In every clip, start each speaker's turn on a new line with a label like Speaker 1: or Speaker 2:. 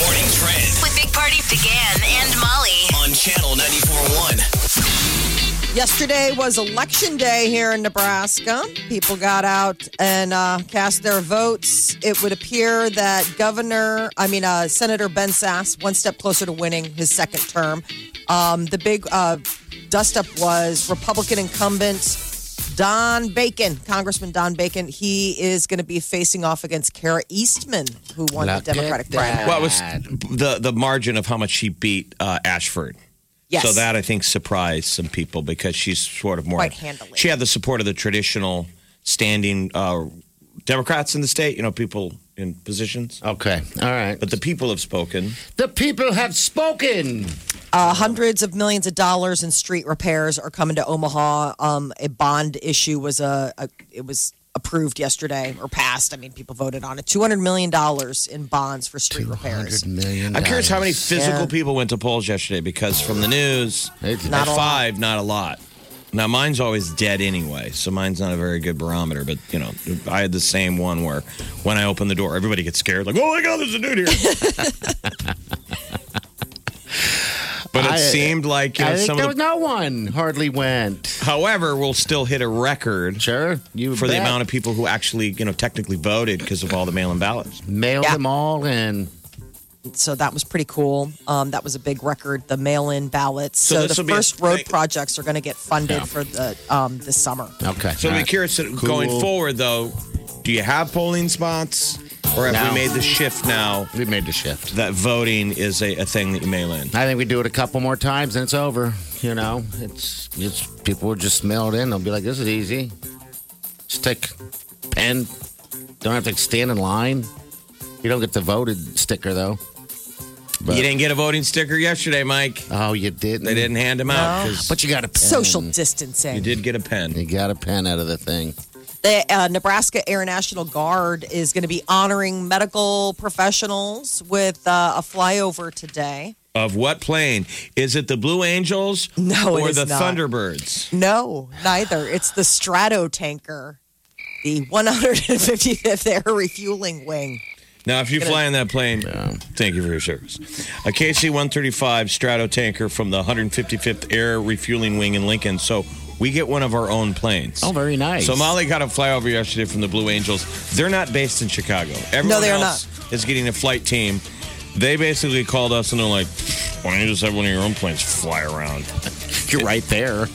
Speaker 1: morning trend
Speaker 2: With Big Party began and Molly.
Speaker 1: on channel 941.
Speaker 3: Yesterday was election day here in Nebraska. People got out and uh, cast their votes. It would appear that Governor, I mean, uh, Senator Ben Sass, one step closer to winning his second term. Um, the big uh, dust up was Republican incumbent Don Bacon, Congressman Don Bacon. He is going to be facing off against Kara Eastman, who won the Democratic primary.
Speaker 4: Well, it was the the margin of how much she beat uh, Ashford.
Speaker 3: Yes.
Speaker 4: So that I think surprised some people because she's sort of more
Speaker 3: Quite handily.
Speaker 4: She had the support of the traditional standing uh, Democrats in the state. You know, people in positions.
Speaker 5: Okay. All right.
Speaker 4: But the people have spoken.
Speaker 5: The people have spoken.
Speaker 3: Uh, hundreds of millions of dollars in street repairs are coming to Omaha. Um, a bond issue was a, a it was approved yesterday or passed. I mean, people voted on it. Two hundred million dollars in bonds for street repairs.
Speaker 5: Hundred million.
Speaker 4: I'm curious how many
Speaker 5: dollars.
Speaker 4: physical
Speaker 3: Yeah.
Speaker 4: people went to polls yesterday because from the news
Speaker 5: It's
Speaker 4: at
Speaker 3: a lot.
Speaker 4: five, not a lot. Now mine's always dead anyway, so mine's not a very good barometer. But you know, I had the same one where when I open the door, everybody gets scared, like, "Oh my god, there's a dude here." but it
Speaker 5: I-
Speaker 4: seemed like you know,
Speaker 5: I think
Speaker 4: some
Speaker 5: there
Speaker 4: of
Speaker 5: was
Speaker 4: the,
Speaker 5: no one hardly went.
Speaker 4: however, we'll still hit a record
Speaker 5: Sure, you
Speaker 4: for the
Speaker 5: bet.
Speaker 4: amount of people who actually you know technically voted because of all the mail-in ballots.
Speaker 5: mailed
Speaker 3: Yeah.
Speaker 5: them all in.
Speaker 3: So that was pretty cool. Um, that was a big record. The mail-in ballots.
Speaker 4: So
Speaker 3: So,
Speaker 4: this
Speaker 3: the
Speaker 4: will be a
Speaker 3: first road
Speaker 4: thing-
Speaker 3: projects are going to get funded for the um, this summer.
Speaker 5: Okay,
Speaker 4: So
Speaker 5: all
Speaker 4: I'd be
Speaker 5: right.
Speaker 4: curious that going
Speaker 5: Cool.
Speaker 4: forward, though. Do you have polling spots, or have
Speaker 5: No.
Speaker 4: we made the shift now
Speaker 5: We made the shift.
Speaker 4: that voting is a, a thing that you mail in?
Speaker 5: I think we do it a couple more times and it's over. You know, it's it's people will just mail it in. They'll be like, "This is easy. Just take pen. Don't have to stand in line. You don't get the voted sticker though." But-
Speaker 4: you didn't get a voting sticker yesterday, Mike.
Speaker 5: Oh, you didn't.
Speaker 4: They didn't hand them out 'cause
Speaker 5: But you got a pen.
Speaker 3: Social distancing.
Speaker 4: you did get a
Speaker 5: You
Speaker 4: pen.
Speaker 5: got a pen out of the thing.
Speaker 3: The uh, Nebraska Air National Guard is going to be honoring medical professionals with uh, a flyover today.
Speaker 4: Of what plane? Is it the Blue Angels
Speaker 3: No, it
Speaker 4: or
Speaker 3: is
Speaker 4: the
Speaker 3: not.
Speaker 4: Thunderbirds?
Speaker 3: No, neither. It's the Strato tanker, the 155th Air Refueling Wing.
Speaker 4: Now, if you fly in that plane, thank you for your service. A KC 135 Strato tanker from the 155th Air Refueling Wing in Lincoln. So we get one of our own planes.
Speaker 5: Oh, very nice.
Speaker 4: So Molly got a flyover yesterday from the Blue Angels. They're not based in Chicago. Everyone
Speaker 3: they are
Speaker 4: else is getting a flight team. They basically called us and they're like, "Why don't you just have one of your own planes fly around?"
Speaker 5: You're right there.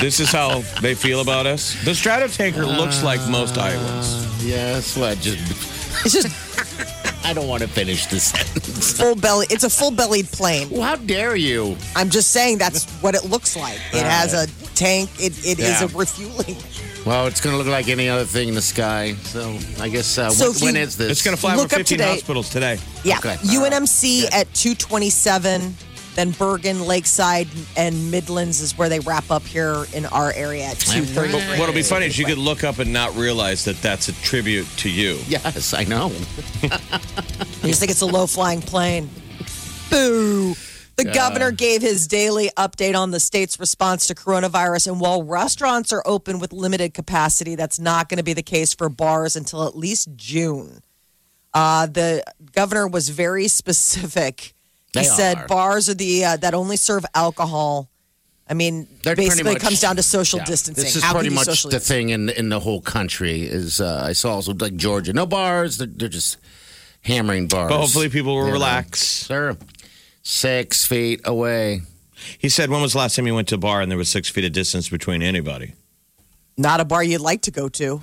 Speaker 4: this is how they feel about us. The Strato tanker looks like most Iowans.
Speaker 3: Uh,
Speaker 5: Yeah, that's what I just.
Speaker 3: It's just
Speaker 5: I don't want to finish this sentence.
Speaker 3: full belly. It's a full bellied plane.
Speaker 5: Well, how dare you?
Speaker 3: I'm just saying that's what it looks like. It has a tank. It, it is
Speaker 5: Yeah.
Speaker 3: a refueling.
Speaker 5: Well, it's going to look like any other thing in the sky. So I guess uh,
Speaker 3: So
Speaker 5: when-
Speaker 3: if you-
Speaker 5: when is this?
Speaker 4: It's going to fly over
Speaker 3: Look up
Speaker 4: 15
Speaker 3: today.
Speaker 4: hospitals today.
Speaker 3: Yeah.
Speaker 5: Okay.
Speaker 3: UNMC at 227, then Bergen, Lakeside, and Midlands is where they wrap up here in our area at 230.
Speaker 4: But what'll be funny is you could look up and not realize that that's a tribute to you.
Speaker 5: Yes, I know.
Speaker 3: You just think it's a low flying plane. Boo. The governor gave his daily update on the state's response to coronavirus. And while restaurants are open with limited capacity, that's not going to be the case for bars until at least June. Uh, the governor was very specific.
Speaker 5: They
Speaker 3: he said
Speaker 5: are.
Speaker 3: bars are the uh, that only serve alcohol. I mean,
Speaker 5: They're pretty
Speaker 3: basically it
Speaker 5: much-
Speaker 3: comes down to social
Speaker 5: Yeah.
Speaker 3: distancing.
Speaker 5: This is
Speaker 3: How
Speaker 5: pretty
Speaker 3: can you
Speaker 5: much
Speaker 3: socially
Speaker 5: the thing in in the whole country. Is uh, I saw also like Georgia, no bars. They're, they're just hammering bars.
Speaker 4: But hopefully people will
Speaker 5: You know.
Speaker 4: relax.
Speaker 5: Sir, six feet away.
Speaker 4: He said, when was the last time you went to a bar and there was six feet of distance between anybody?
Speaker 3: Not a bar you'd like to go to.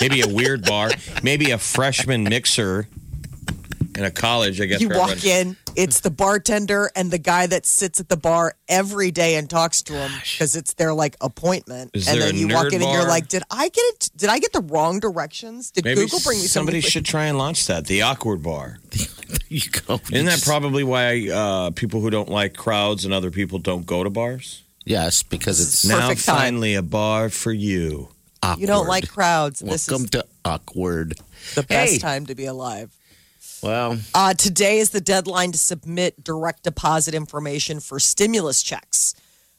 Speaker 4: Maybe a weird bar. Maybe a freshman mixer in a college, I guess.
Speaker 3: you
Speaker 4: for
Speaker 3: walk
Speaker 4: everybody.
Speaker 3: in it's the bartender and the guy that sits at the bar every day and talks to him because it's their like appointment
Speaker 4: Is
Speaker 3: and
Speaker 4: there
Speaker 3: then
Speaker 4: a
Speaker 3: you walk
Speaker 4: nerd
Speaker 3: in and you're
Speaker 4: bar?
Speaker 3: like did i get it did i get the wrong directions did
Speaker 4: Maybe
Speaker 3: google bring me
Speaker 4: somebody
Speaker 3: something
Speaker 4: should try and launch that. The awkward bar.
Speaker 5: you go. you
Speaker 4: Isn't that
Speaker 5: just-
Speaker 4: probably why uh, people who don't like crowds and other people don't go to bars?
Speaker 5: Yes, because it's
Speaker 4: now,
Speaker 3: Perfect time.
Speaker 4: finally, a bar for you.
Speaker 5: awkward.
Speaker 3: You don't like crowds. This
Speaker 5: Welcome
Speaker 3: is
Speaker 5: to awkward.
Speaker 3: the best
Speaker 5: Hey.
Speaker 3: time to be alive.
Speaker 5: Well,
Speaker 3: Uh, today is the deadline to submit direct deposit information for stimulus checks.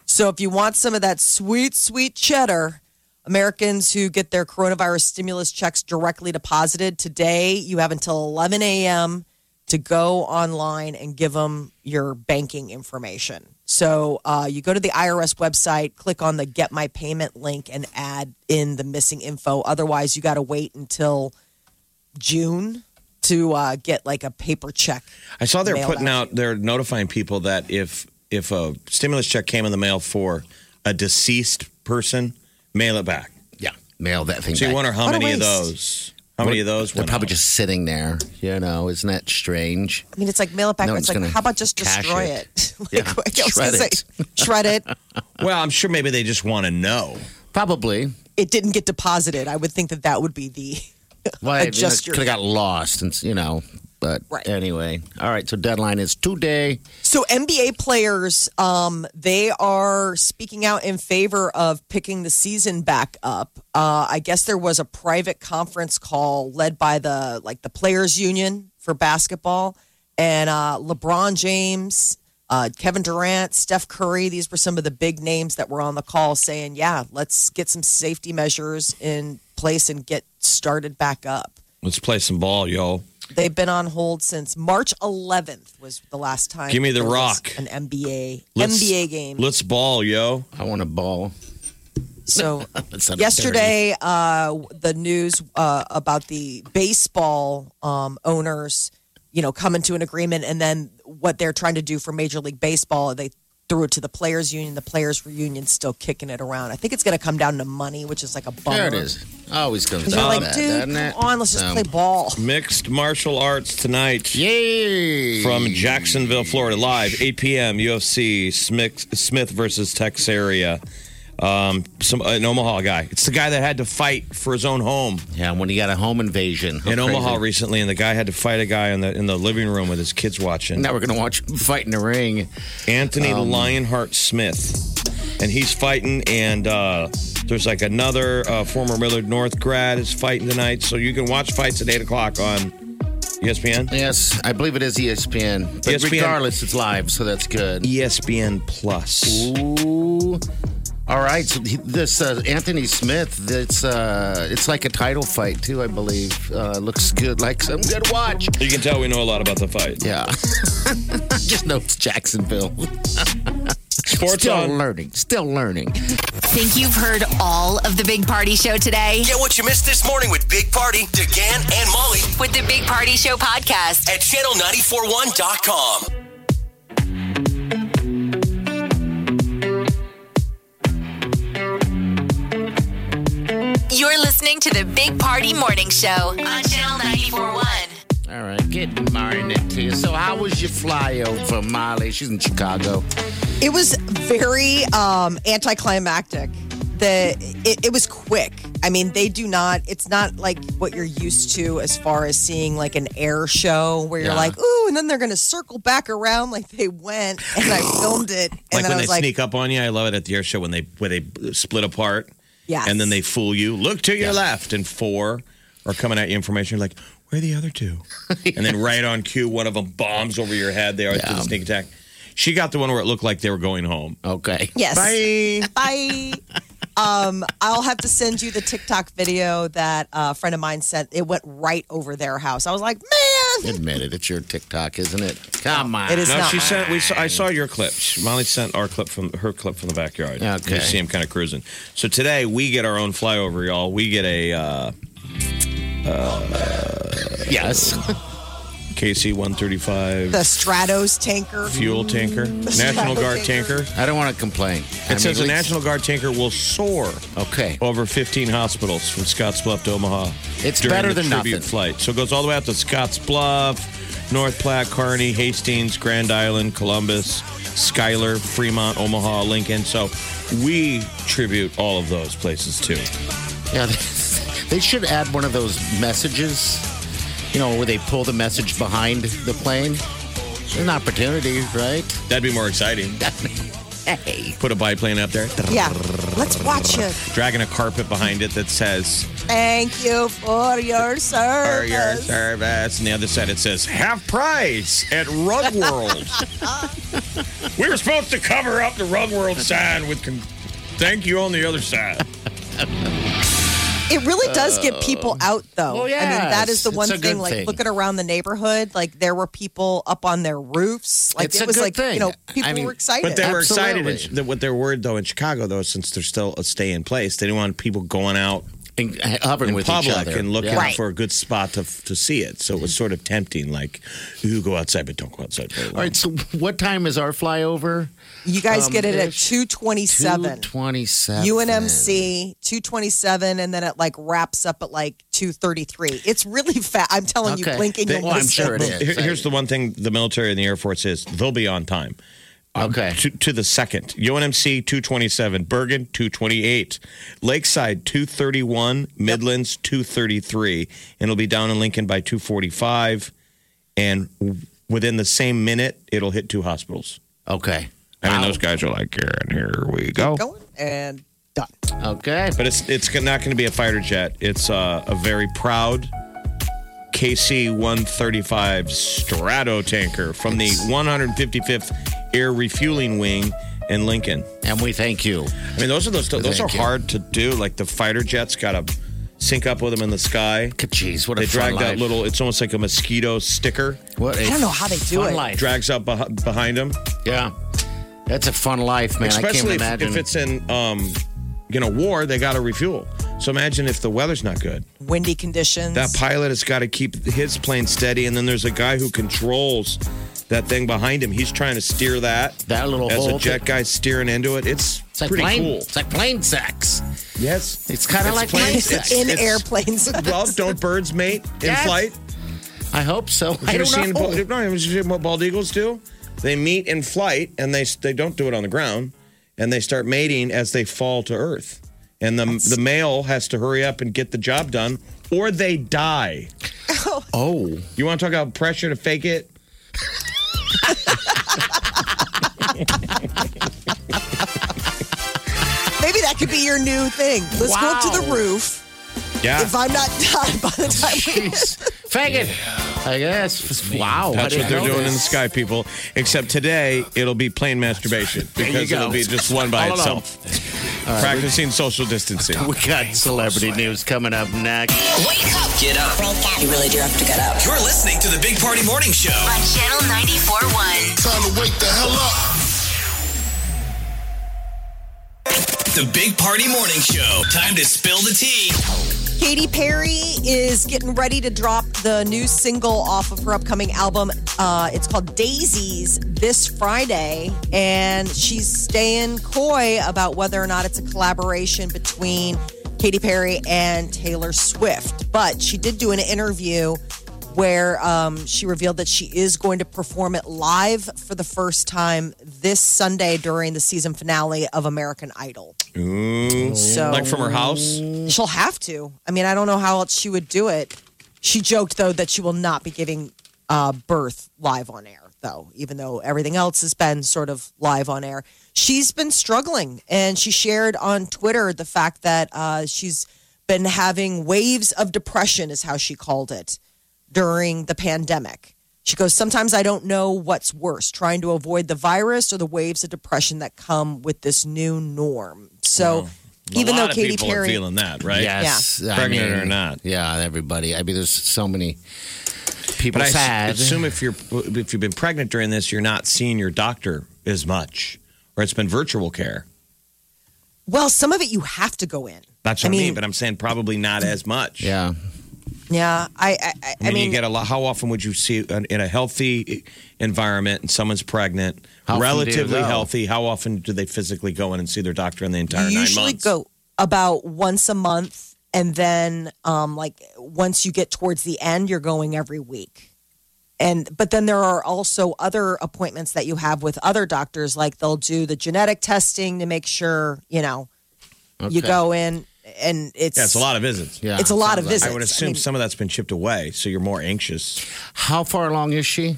Speaker 3: So if you want some of that sweet, sweet cheddar, Americans who get their coronavirus stimulus checks directly deposited today, you have until 11 a.m. to go online and give them your banking information. So uh, you go to the IRS website, click on the Get My Payment link, and add in the missing info. Otherwise, you got to wait until June to uh, get like a paper check.
Speaker 4: I saw they're
Speaker 3: Mailed
Speaker 4: putting
Speaker 3: out.
Speaker 4: out, they're notifying people that if if a stimulus check came in the mail for a deceased person, mail it back.
Speaker 5: yeah, mail that thing.
Speaker 4: So you
Speaker 5: back.
Speaker 4: wonder how
Speaker 3: What a
Speaker 4: many of
Speaker 3: waste.
Speaker 4: those, how many of those
Speaker 5: They're
Speaker 4: went
Speaker 5: probably
Speaker 4: out?
Speaker 5: just sitting there. You know, isn't that strange?
Speaker 3: I mean, it's like mail it back.
Speaker 5: No
Speaker 3: it's
Speaker 5: one's
Speaker 3: like,
Speaker 5: gonna
Speaker 3: how about just
Speaker 5: cash
Speaker 3: destroy
Speaker 5: it.
Speaker 3: it? like,
Speaker 5: Yeah,
Speaker 3: I was gonna
Speaker 5: shred it.
Speaker 3: say, shred it.
Speaker 4: Well, I'm sure maybe they just want to know.
Speaker 5: Probably.
Speaker 3: It didn't get deposited. I would think that that would be the.
Speaker 5: Well, it
Speaker 3: Adjust your-
Speaker 5: could have got lost, and you know. But
Speaker 3: Right.
Speaker 5: anyway, all right. So deadline is today.
Speaker 3: So NBA players, um, they are speaking out in favor of picking the season back up. Uh, I guess there was a private conference call led by the like the players union for basketball, and uh, LeBron James, uh, Kevin Durant, Steph Curry. These were some of the big names that were on the call saying, "Yeah, let's get some safety measures in place and get started back up."
Speaker 4: Let's play some ball, yo.
Speaker 3: They've been on hold since March 11th was the last time.
Speaker 4: Give me the
Speaker 3: there was
Speaker 4: rock.
Speaker 3: An NBA
Speaker 4: Let's-
Speaker 3: NBA game.
Speaker 4: Let's ball, yo.
Speaker 5: I want a ball.
Speaker 3: so
Speaker 5: That's not a
Speaker 3: yesterday, uh, the news uh, about the baseball um, owners, you know, coming to an agreement, and then what they're trying to do for Major League Baseball, they threw it to the players' union. The players' union's still kicking it around. I think it's going to come down to money, which is like a bummer.
Speaker 5: There it is. Always comes
Speaker 3: You're
Speaker 5: down to
Speaker 3: like,
Speaker 5: that,
Speaker 3: dude,
Speaker 5: doesn't
Speaker 3: come
Speaker 5: it?
Speaker 3: on, let's just
Speaker 5: So,
Speaker 3: play ball.
Speaker 4: Mixed martial arts tonight.
Speaker 5: Yay!
Speaker 4: From Jacksonville, Florida, live 8 p.m. UFC Smith, Smith versus Texaria. Um, some an Omaha guy. It's the guy that had to fight for his own home
Speaker 5: yeah, when you got a home invasion How
Speaker 4: in
Speaker 5: crazy.
Speaker 4: Omaha recently, and the guy had to fight a guy in the in the living room with his kids watching.
Speaker 5: Now we're gonna watch him fight in the ring.
Speaker 4: Anthony Lionheart Smith, and he's fighting. And uh, there's like another uh, former Millard North grad is fighting tonight, so you can watch fights at eight o'clock on E ESPN.
Speaker 5: Yes, I believe it is E ESPN. But
Speaker 4: ESPN.
Speaker 5: regardless, it's live, so that's good.
Speaker 4: ESPN Plus.
Speaker 5: Ooh. All right, so he- this uh, Anthony Smith, it's uh, it's like a title fight too, I believe. Uh, looks good, like some good watch.
Speaker 4: You can tell we know a lot about the fight.
Speaker 5: Yeah, just know it's Jacksonville.
Speaker 4: Sports
Speaker 5: still
Speaker 4: on.
Speaker 5: learning, still learning.
Speaker 2: Think you've heard all of the Big Party Show today?
Speaker 1: Get what you missed this morning with Big Party, DeGan, and Molly
Speaker 2: With the Big Party Show podcast.
Speaker 1: at channel941.com.
Speaker 2: You're listening to the Big Party Morning Show on Channel 94.1.
Speaker 5: All right, good morning to you. So, how was your flyover, Molly? She's in Chicago.
Speaker 3: It was very um, anticlimactic. The it, it was quick. I mean, they do not. It's not like what you're used to as far as seeing like an air show where you're
Speaker 5: Yeah.
Speaker 3: like, ooh, and then they're gonna circle back around like they went, and I filmed it, and
Speaker 4: Like
Speaker 3: then I
Speaker 4: when
Speaker 3: was
Speaker 4: they
Speaker 3: like,
Speaker 4: sneak up on you, I love it at the air show when they when they split apart,
Speaker 3: Yes.
Speaker 4: and then they fool you. Look to your left, and four are coming at you. Information you're like, where are the other two? And then right on cue, one of them bombs over your head. They are to the sneak attack. She got the one where it looked like they were going home.
Speaker 5: Okay.
Speaker 3: yes,
Speaker 4: Bye.
Speaker 3: Bye. Um, I'll have to send you the TikTok video that uh, a friend of mine sent. It went right over their house. I was like, man,
Speaker 5: Admit it, it's your TikTok, isn't it? Come on.
Speaker 3: It is-
Speaker 4: No,
Speaker 3: not
Speaker 4: she
Speaker 3: mine.
Speaker 4: sent. We saw, I saw your clip. She- Molly sent our clip from her clip from the backyard.
Speaker 5: Okay.
Speaker 4: you see him kind of cruising. So today we get our own flyover, y'all. We get a uh,
Speaker 5: Yes.
Speaker 4: KC one thirty five
Speaker 3: the Stratos tanker.
Speaker 4: fuel tanker, National Guard tanker.
Speaker 5: I don't want to complain.
Speaker 4: It says the National Guard tanker will soar
Speaker 5: Okay.
Speaker 4: over 15 hospitals from Scottsbluff to Omaha.
Speaker 5: It's
Speaker 4: during
Speaker 5: better
Speaker 4: the
Speaker 5: than
Speaker 4: tribute
Speaker 5: nothing.
Speaker 4: flight. So it goes all the way out to Scottsbluff, North Platte, Kearney, Hastings, Grand Island, Columbus, Schuyler, Fremont, Omaha, Lincoln. So we tribute all of those places too.
Speaker 5: Yeah, they, they should add one of those messages you know, where they pull the message behind the plane. An opportunity, right?
Speaker 4: That'd be more exciting.
Speaker 5: Hey.
Speaker 4: Put a biplane up there,
Speaker 3: Yeah. Let's watch it.
Speaker 4: dragging a carpet behind it that says
Speaker 3: Thank you for your
Speaker 4: "For
Speaker 3: service.
Speaker 4: your service," and the other side it says "Half price at Rug World." we were supposed to cover up the Rug World sign with con- "Thank you" on the other side.
Speaker 3: It really does get people out, though.
Speaker 5: Well,
Speaker 3: I mean, that
Speaker 5: yes,
Speaker 3: is the
Speaker 5: Oh. it's
Speaker 3: one
Speaker 5: a
Speaker 3: thing.
Speaker 5: good
Speaker 3: Like,
Speaker 5: thing.
Speaker 3: looking around the neighborhood, like there were people up on their roofs. Like
Speaker 5: It's
Speaker 3: it
Speaker 5: a
Speaker 3: was
Speaker 5: good
Speaker 3: like
Speaker 5: thing.
Speaker 3: you know
Speaker 5: I
Speaker 3: people
Speaker 5: mean-
Speaker 3: were excited.
Speaker 4: But they were excited in,
Speaker 5: Absolutely.
Speaker 4: that what they're worried though in Chicago though, since they're still a stay in place, they didn't want people going out
Speaker 5: And hovering
Speaker 4: in
Speaker 5: with each
Speaker 4: public
Speaker 5: other.
Speaker 4: and looking
Speaker 5: Yeah.
Speaker 3: Right.
Speaker 4: for a good spot to to see it. So it was sort of tempting, like you go outside but don't go outside. very long.
Speaker 5: All right, so what time is our flyover?
Speaker 3: you guys
Speaker 5: um,
Speaker 3: get it at
Speaker 5: ish.
Speaker 3: two twenty seven.
Speaker 5: 227.
Speaker 3: UNMC two twenty seven, and then it like wraps up at like two thirty three. It's really fat. I'm telling you,
Speaker 5: Okay.
Speaker 3: blink and
Speaker 5: They-
Speaker 3: you'll
Speaker 5: well, I'm
Speaker 3: miss
Speaker 5: sure it is.
Speaker 4: Here- here's the one thing the military and the Air Force is they'll be on time.
Speaker 5: Okay.
Speaker 4: to, to the second. UNMC 227, Bergen 228, Lakeside 231, Midlands 233, and it'll be down in Lincoln by 245. And w- within the same minute, it'll hit two hospitals.
Speaker 5: Okay.
Speaker 4: I mean,
Speaker 5: Wow.
Speaker 4: those guys are like, yeah, and here we go.
Speaker 3: Going and done.
Speaker 5: Okay.
Speaker 4: But it's it's not going to be a fighter jet. It's uh, a very proud KC 135 Strato tanker from the 155th Air Refueling Wing in Lincoln.
Speaker 5: And we thank you.
Speaker 4: I mean, those are those those are
Speaker 5: Thank you.
Speaker 4: hard to do. Like the fighter jets got to sync up with them in the sky.
Speaker 5: Jeez, what a
Speaker 4: They
Speaker 5: fun
Speaker 4: drag that
Speaker 5: life.
Speaker 4: little. It's almost like a mosquito sticker.
Speaker 5: What I
Speaker 3: don't know how they do it.
Speaker 5: Life.
Speaker 4: Drags up beh- behind them,
Speaker 5: yeah. That's a fun life, man. I can't
Speaker 4: especially if,
Speaker 5: imagine.
Speaker 4: if it's in um, you know war. They got to refuel. So imagine if the weather's not good.
Speaker 3: Windy conditions.
Speaker 4: That pilot has got to keep his plane steady, and then there's a guy who controls that thing behind him. He's trying to steer that.
Speaker 5: That little
Speaker 4: as a
Speaker 5: hole
Speaker 4: jet guy steering into it. It's,
Speaker 5: it's like
Speaker 4: pretty
Speaker 5: plane,
Speaker 4: cool.
Speaker 5: It's like plane sex.
Speaker 4: yes,
Speaker 5: It's kind of like
Speaker 4: plane-
Speaker 5: plane
Speaker 4: it's-
Speaker 5: sex.
Speaker 3: in
Speaker 4: it's-
Speaker 3: airplanes.
Speaker 4: Well, don't birds mate in
Speaker 5: Yes.
Speaker 4: flight?
Speaker 5: I hope so.
Speaker 4: Have
Speaker 5: I
Speaker 4: you ever
Speaker 5: don't
Speaker 4: seen
Speaker 5: know. Oh.
Speaker 4: bald, no, have you seen what bald eagles do? They meet in flight and they they don't do it on the ground, and they start mating as they fall to earth. And the the male has to hurry up and get the job done, or they die.
Speaker 5: oh,
Speaker 4: You want to talk about pressure to fake it?
Speaker 3: Maybe that could be your new thing. Let's go up to the roof.
Speaker 4: Yeah.
Speaker 3: If I'm not done by the time we
Speaker 5: jeez. Faggot. I guess. Wow. I
Speaker 4: That's
Speaker 5: didn't
Speaker 4: what they're
Speaker 5: know
Speaker 4: doing in the
Speaker 5: this.
Speaker 4: sky, people. Except today, it'll be plane masturbation
Speaker 5: There you
Speaker 4: because
Speaker 5: go.
Speaker 4: it'll be just one by
Speaker 5: All alone.
Speaker 4: itself. Practicing social distancing.
Speaker 5: We got celebrity news coming up next.
Speaker 2: Wake up
Speaker 1: Get up.
Speaker 6: You really do have to get up.
Speaker 1: You're listening to the Big Party Morning Show.
Speaker 2: on Channel 94.1.
Speaker 7: Time to wake the hell up.
Speaker 1: The Big Party Morning Show. Time to spill the tea.
Speaker 3: Katy Perry is getting ready to drop the new single off of her upcoming album. Uh, it's called Daisies this Friday, and she's staying coy about whether or not it's a collaboration between Katy Perry and Taylor Swift. But she did do an interview where um, she revealed that she is going to perform it live for the first time this Sunday during the season finale of American Idol. So
Speaker 4: Mm. Like from her house.
Speaker 3: She'll have to. I mean, I don't know how else she would do it. She joked though that she will not be giving uh, birth live on air, though, even though everything else has been sort of live on air. She's been struggling, and she shared on Twitter the fact that uh, she's been having waves of depression, is how she called it, during the pandemic. She goes, Sometimes I don't know what's worse, trying to avoid the virus or the waves of depression that come with this new norm. So, even
Speaker 4: a lot
Speaker 3: though
Speaker 4: of
Speaker 3: Katy
Speaker 4: people
Speaker 3: Perry.
Speaker 4: are feeling that, right?
Speaker 5: Yes. I
Speaker 4: Pregnant
Speaker 5: mean,
Speaker 4: or not.
Speaker 5: Yeah, everybody. I mean, there's so many people
Speaker 4: But I
Speaker 5: sad.
Speaker 4: s- assume if you're if you've been pregnant during this, you're not seeing your doctor as much, or it's been virtual care.
Speaker 3: Well, some of it you have to go in.
Speaker 4: That's
Speaker 3: I
Speaker 4: what I mean,
Speaker 3: mean-
Speaker 4: but I'm saying probably not as much.
Speaker 5: yeah.
Speaker 3: Yeah, I I, I,
Speaker 4: I mean,
Speaker 3: I mean
Speaker 4: you get a lot. How often would you see an, in a healthy environment and someone's pregnant,
Speaker 5: How often do
Speaker 4: relatively
Speaker 5: they go?
Speaker 4: healthy? How often do they physically go in and see their doctor in the entire
Speaker 3: you
Speaker 4: nine
Speaker 3: usually
Speaker 4: months?
Speaker 3: go about once a month, and then um like once you get towards the end, you're going every week. And but then there are also other appointments that you have with other doctors, like they'll do the genetic testing to make sure you know you
Speaker 5: Okay.
Speaker 3: go in. and it's
Speaker 4: Yeah, it's a lot of visits.
Speaker 5: Yeah,
Speaker 3: It's a lot of
Speaker 5: sounds
Speaker 3: visits.
Speaker 4: I would assume
Speaker 3: I mean,
Speaker 4: some of that's been chipped away, so you're more anxious.
Speaker 5: How far along is she?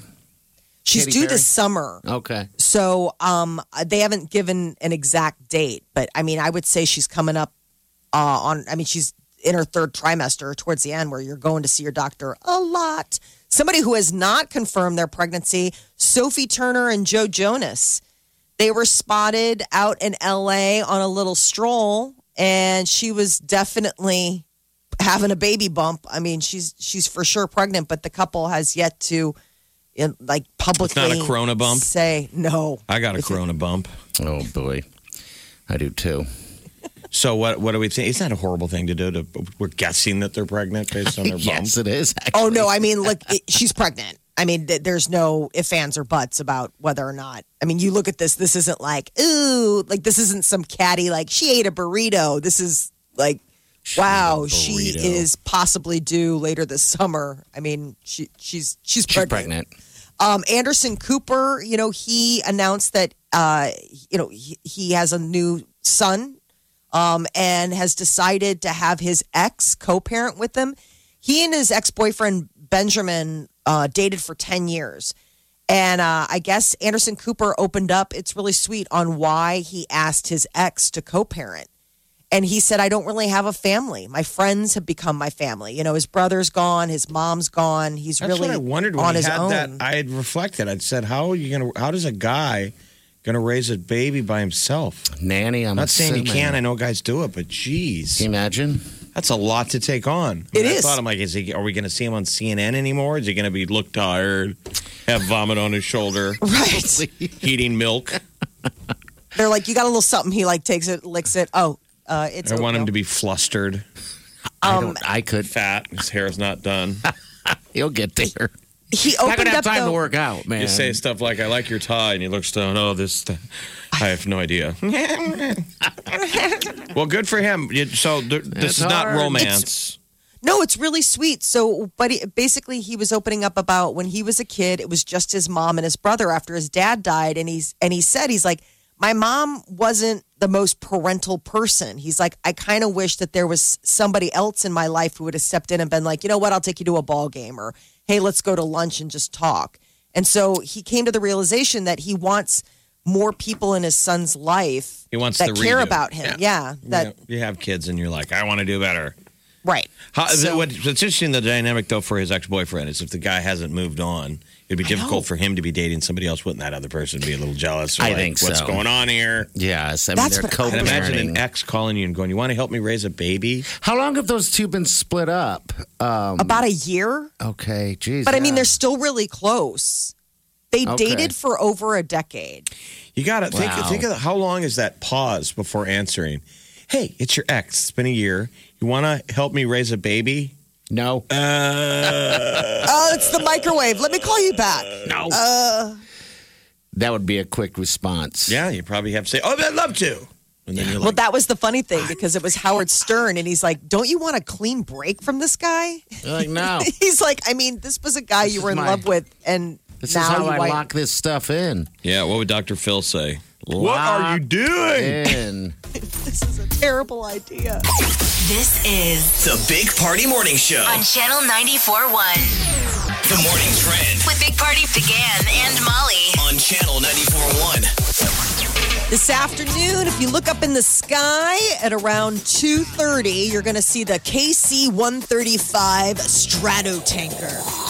Speaker 3: she's
Speaker 5: Katy
Speaker 3: due
Speaker 5: Perry?
Speaker 3: this summer.
Speaker 5: Okay.
Speaker 3: So um, they haven't given an exact date, but I mean, I would say she's coming up uh, on. I mean, she's in her third trimester towards the end, where you're going to see your doctor a lot. Somebody who has not confirmed their pregnancy: Sophie Turner and Joe Jonas. They were spotted out in L.A. on a little stroll, and she was definitely having a baby bump. I mean, she's she's for sure pregnant, but the couple has yet to. In, like publicly,
Speaker 4: corona bump?
Speaker 3: Say no.
Speaker 4: I got a corona bump.
Speaker 5: Oh boy, I do too.
Speaker 4: So what? What do we think? It's not a horrible thing to do. To, we're guessing that they're pregnant based on their bump.
Speaker 5: Yes, it is. Actually.
Speaker 3: Oh no, I mean, look, it, she's pregnant. I mean, th- there's no ifs, ands, or buts about whether or not. I mean, you look at this. This isn't like ooh, like this isn't some catty like she ate a burrito. This is like, wow, she
Speaker 4: burrito.
Speaker 3: is possibly due later this summer. I mean, she she's
Speaker 5: She's
Speaker 3: she's
Speaker 5: pregnant.
Speaker 3: pregnant. Um, Anderson Cooper, you know, he announced that uh, you know he, he has a new son um, and has decided to have his ex co-parent with him. He and his ex-boyfriend Benjamin uh, dated for ten years, and uh, I guess Anderson Cooper opened up. It's really sweet on why he asked his ex to co-parent. And he said, I don't really have a family. My friends have become my family. You know, his brother's gone, his mom's gone. He's
Speaker 4: That's
Speaker 3: really
Speaker 4: what I wondered when
Speaker 3: on
Speaker 4: he
Speaker 3: his
Speaker 4: had
Speaker 3: own.
Speaker 4: that. I had reflected. I'd said, "How are you gonna? How does a guy gonna raise a baby by himself?"
Speaker 5: Nanny. I'm
Speaker 4: I'm not saying you
Speaker 5: assuming.
Speaker 4: can. I know guys do it, but geez,
Speaker 5: Can you imagine?
Speaker 4: that's a lot to take on. I
Speaker 3: It
Speaker 4: I
Speaker 3: is.
Speaker 4: thought I'm like, is he? Are we gonna see him on CNN anymore? Is he gonna be look tired, have vomit on his shoulder,
Speaker 3: Right.
Speaker 4: eating milk?
Speaker 3: They're like, you got a little something. He like takes it, licks it. Oh, uh, it's.
Speaker 4: I want him to be flustered,
Speaker 3: Um,
Speaker 5: I don't. I could.
Speaker 4: fat. His hair's not done.
Speaker 5: He'll get there.
Speaker 3: He
Speaker 5: Not
Speaker 3: opened
Speaker 5: gonna have
Speaker 3: up
Speaker 5: time
Speaker 3: though,
Speaker 5: to work out, man.
Speaker 4: You say stuff like, "I like your tie," and he looks down. Oh, this. th- I have no idea. well, good for him. You- So th- this
Speaker 5: It's
Speaker 4: is not
Speaker 5: hard.
Speaker 4: romance.
Speaker 3: No, it's really sweet. So, but he, basically, he was opening up about when he was a kid. It was just his mom and his brother after his dad died, and he's and he said he's like, my mom wasn't the most parental person. He's like, I kind of wish that there was somebody else in my life who would have stepped in and been like, you know what, I'll take you to a ball game, or hey, let's go to lunch and just talk. And so he came to the realization that he wants more people in his son's life
Speaker 4: He wants
Speaker 3: that
Speaker 4: the
Speaker 3: care
Speaker 4: redo.
Speaker 3: about him. Yeah,
Speaker 4: You,
Speaker 3: that
Speaker 4: know, you have kids, and you're like, "I want to do better."
Speaker 3: right.
Speaker 4: How, th- what, what's interesting, the dynamic though for his ex boyfriend is if the guy hasn't moved on, it'd be difficult for him to be dating somebody else. Wouldn't that other person be a little jealous? Or
Speaker 5: I
Speaker 4: like,
Speaker 5: think
Speaker 4: What's
Speaker 5: so.
Speaker 4: going on here?
Speaker 5: Yes, I mean
Speaker 3: That's
Speaker 5: they're
Speaker 3: what I-
Speaker 4: And imagine an
Speaker 5: co-parenting.
Speaker 4: ex calling you and going, "You want to help me raise a baby?"
Speaker 5: How long have those two been split up? Um,
Speaker 3: About a year.
Speaker 5: okay, geez.
Speaker 3: But I mean,
Speaker 5: yeah.
Speaker 3: they're still really close. They
Speaker 5: Okay.
Speaker 3: dated for over a decade.
Speaker 4: You got to think
Speaker 5: Wow.
Speaker 4: think of how long is that pause before answering? Hey, it's your ex. It's been a year. You want to help me raise a baby?
Speaker 5: no,
Speaker 3: oh, it's the microwave. Let me call you back.
Speaker 5: no.
Speaker 3: Uh.
Speaker 5: that would be a quick response.
Speaker 4: Yeah, you probably have to say, "Oh, I'd love to." And then you're
Speaker 3: Well,
Speaker 4: like,
Speaker 3: that was the funny thing because it was Howard Stern, and he's like, "Don't you want a clean break from this guy?"
Speaker 5: You're like no.
Speaker 3: He's like, "I mean, this was a guy you
Speaker 5: Oh. is
Speaker 3: were in
Speaker 5: my-
Speaker 3: love with, and
Speaker 5: This
Speaker 3: now
Speaker 5: is how
Speaker 3: you
Speaker 5: I
Speaker 3: want-
Speaker 5: lock this stuff in.
Speaker 4: "Yeah, what would Dr. Phil say?"
Speaker 5: What are you
Speaker 4: doing?
Speaker 5: In.
Speaker 3: this is a terrible idea."
Speaker 2: This is
Speaker 1: The Big Party Morning Show.
Speaker 2: on Channel 94.1
Speaker 1: The morning trend
Speaker 2: with Big Party began and Molly.
Speaker 1: on Channel 94.1.
Speaker 3: This afternoon, if you look up in the sky at around 2:30, you're going to see the KC-135 Stratotanker.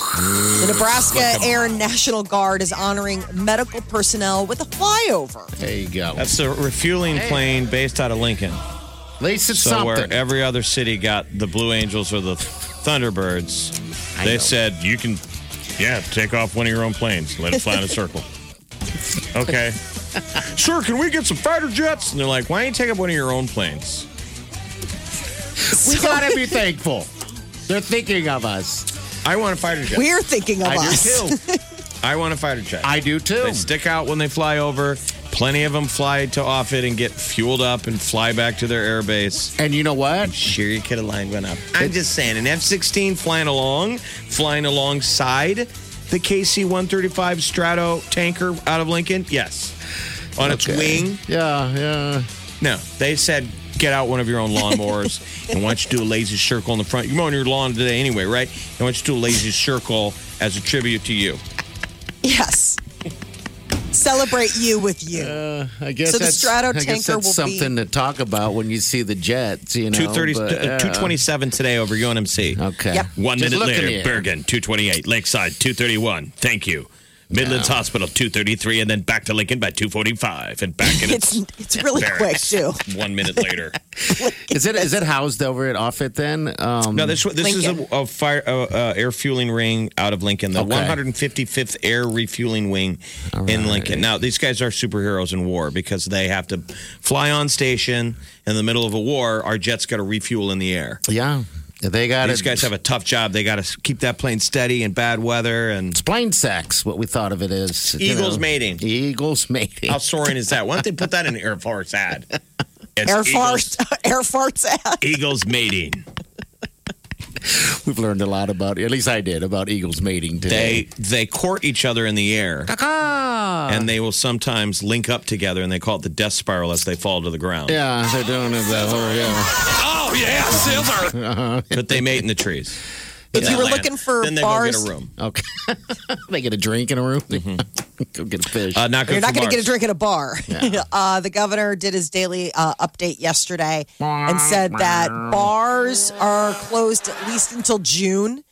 Speaker 3: The Nebraska Air National Guard is honoring medical personnel with a flyover.
Speaker 5: There you go.
Speaker 4: That's a refueling plane based out of Lincoln.
Speaker 5: At least it's
Speaker 4: So where
Speaker 5: something.
Speaker 4: every other city got the Blue Angels or the Thunderbirds,
Speaker 5: I
Speaker 4: they
Speaker 5: know.
Speaker 4: said you can, yeah, take off one of your own planes, let it fly in a circle. Okay, sure. Can we get some fighter jets? And they're like, why don't you take up one of your own planes?
Speaker 5: we gotta be thankful. They're thinking of us.
Speaker 4: I want a fighter jet.
Speaker 3: We're thinking of
Speaker 5: I
Speaker 3: us.
Speaker 5: do too.
Speaker 4: I want a fighter jet.
Speaker 5: I do too.
Speaker 4: They stick out when they fly over. Plenty of them fly to off it and get fueled up and fly back to their air base.
Speaker 5: And you know what?
Speaker 4: Sure, you could have lined one up. I'm just saying, an F 16 flying along, flying alongside the KC 135 Strato tanker out of Lincoln? Yes. On its
Speaker 5: Okay.
Speaker 4: wing?
Speaker 5: Yeah, yeah.
Speaker 4: No. They said, get out one of your own lawnmowers and why don't you do a lazy circle in the front? You're mowing your lawn today anyway, right? And why don't you do a lazy circle as a tribute to you?
Speaker 3: Yes. Celebrate you with you.
Speaker 5: I guess
Speaker 3: So the
Speaker 5: that's-
Speaker 3: Strato
Speaker 5: I guess
Speaker 3: tanker
Speaker 5: that's
Speaker 3: will be-
Speaker 5: something to talk about when you see the jets. You know,
Speaker 4: 230,
Speaker 5: but, uh, yeah.
Speaker 4: 227 today over UNMC.
Speaker 5: Okay.
Speaker 3: Yep.
Speaker 4: One
Speaker 5: Just
Speaker 4: minute
Speaker 5: looking
Speaker 4: later,
Speaker 5: at you.
Speaker 4: Bergen, 228, Lakeside, 231. Thank you. Midlands Hospital, 233, and then back to Lincoln by 245, and back in
Speaker 3: It's
Speaker 4: its
Speaker 3: it's really quick
Speaker 4: barracks.
Speaker 3: too.
Speaker 4: One minute later.
Speaker 5: Is it is it housed over at Offutt then? Um,
Speaker 4: No, this this is
Speaker 3: Lincoln.
Speaker 4: a, a fire uh, uh, air fueling ring out of Lincoln, the
Speaker 5: Okay.
Speaker 4: 155th Air Refueling Wing in Lincoln. Now these guys are superheroes in war because they have to fly on station in the middle of a war. Our jets got to refuel in the air.
Speaker 5: yeah, they got
Speaker 4: These
Speaker 5: it.
Speaker 4: guys have a tough job. They got to keep that plane steady in bad weather. And
Speaker 5: It's plain sex. What we thought of it is
Speaker 4: Eagles mating.
Speaker 5: Eagles mating.
Speaker 4: how soaring is that? Why don't they put that in an Air Force ad? It's
Speaker 3: Air
Speaker 4: Eagles-
Speaker 3: farts air farts out.
Speaker 4: Eagles mating.
Speaker 5: We've learned a lot about. At least I did about Eagles mating today.
Speaker 4: They they court each other in the air. And they will sometimes link up together and they call it the death spiral as they fall to the ground.
Speaker 5: yeah, they're doing it that way. Yeah.
Speaker 1: Oh, yeah, silver.
Speaker 4: But they mate in the trees.
Speaker 3: If
Speaker 4: Yeah.
Speaker 3: you were
Speaker 4: Land.
Speaker 3: looking for
Speaker 4: then they
Speaker 3: bars,
Speaker 4: go get a room.
Speaker 5: Okay. they get a drink in a room. Go get a fish.
Speaker 4: Mm-hmm. Uh, not good
Speaker 3: you're not
Speaker 4: for
Speaker 3: going to
Speaker 4: bars.
Speaker 3: get a drink at a bar. uh, the governor did his daily uh, update yesterday and said that bars are closed at least until June.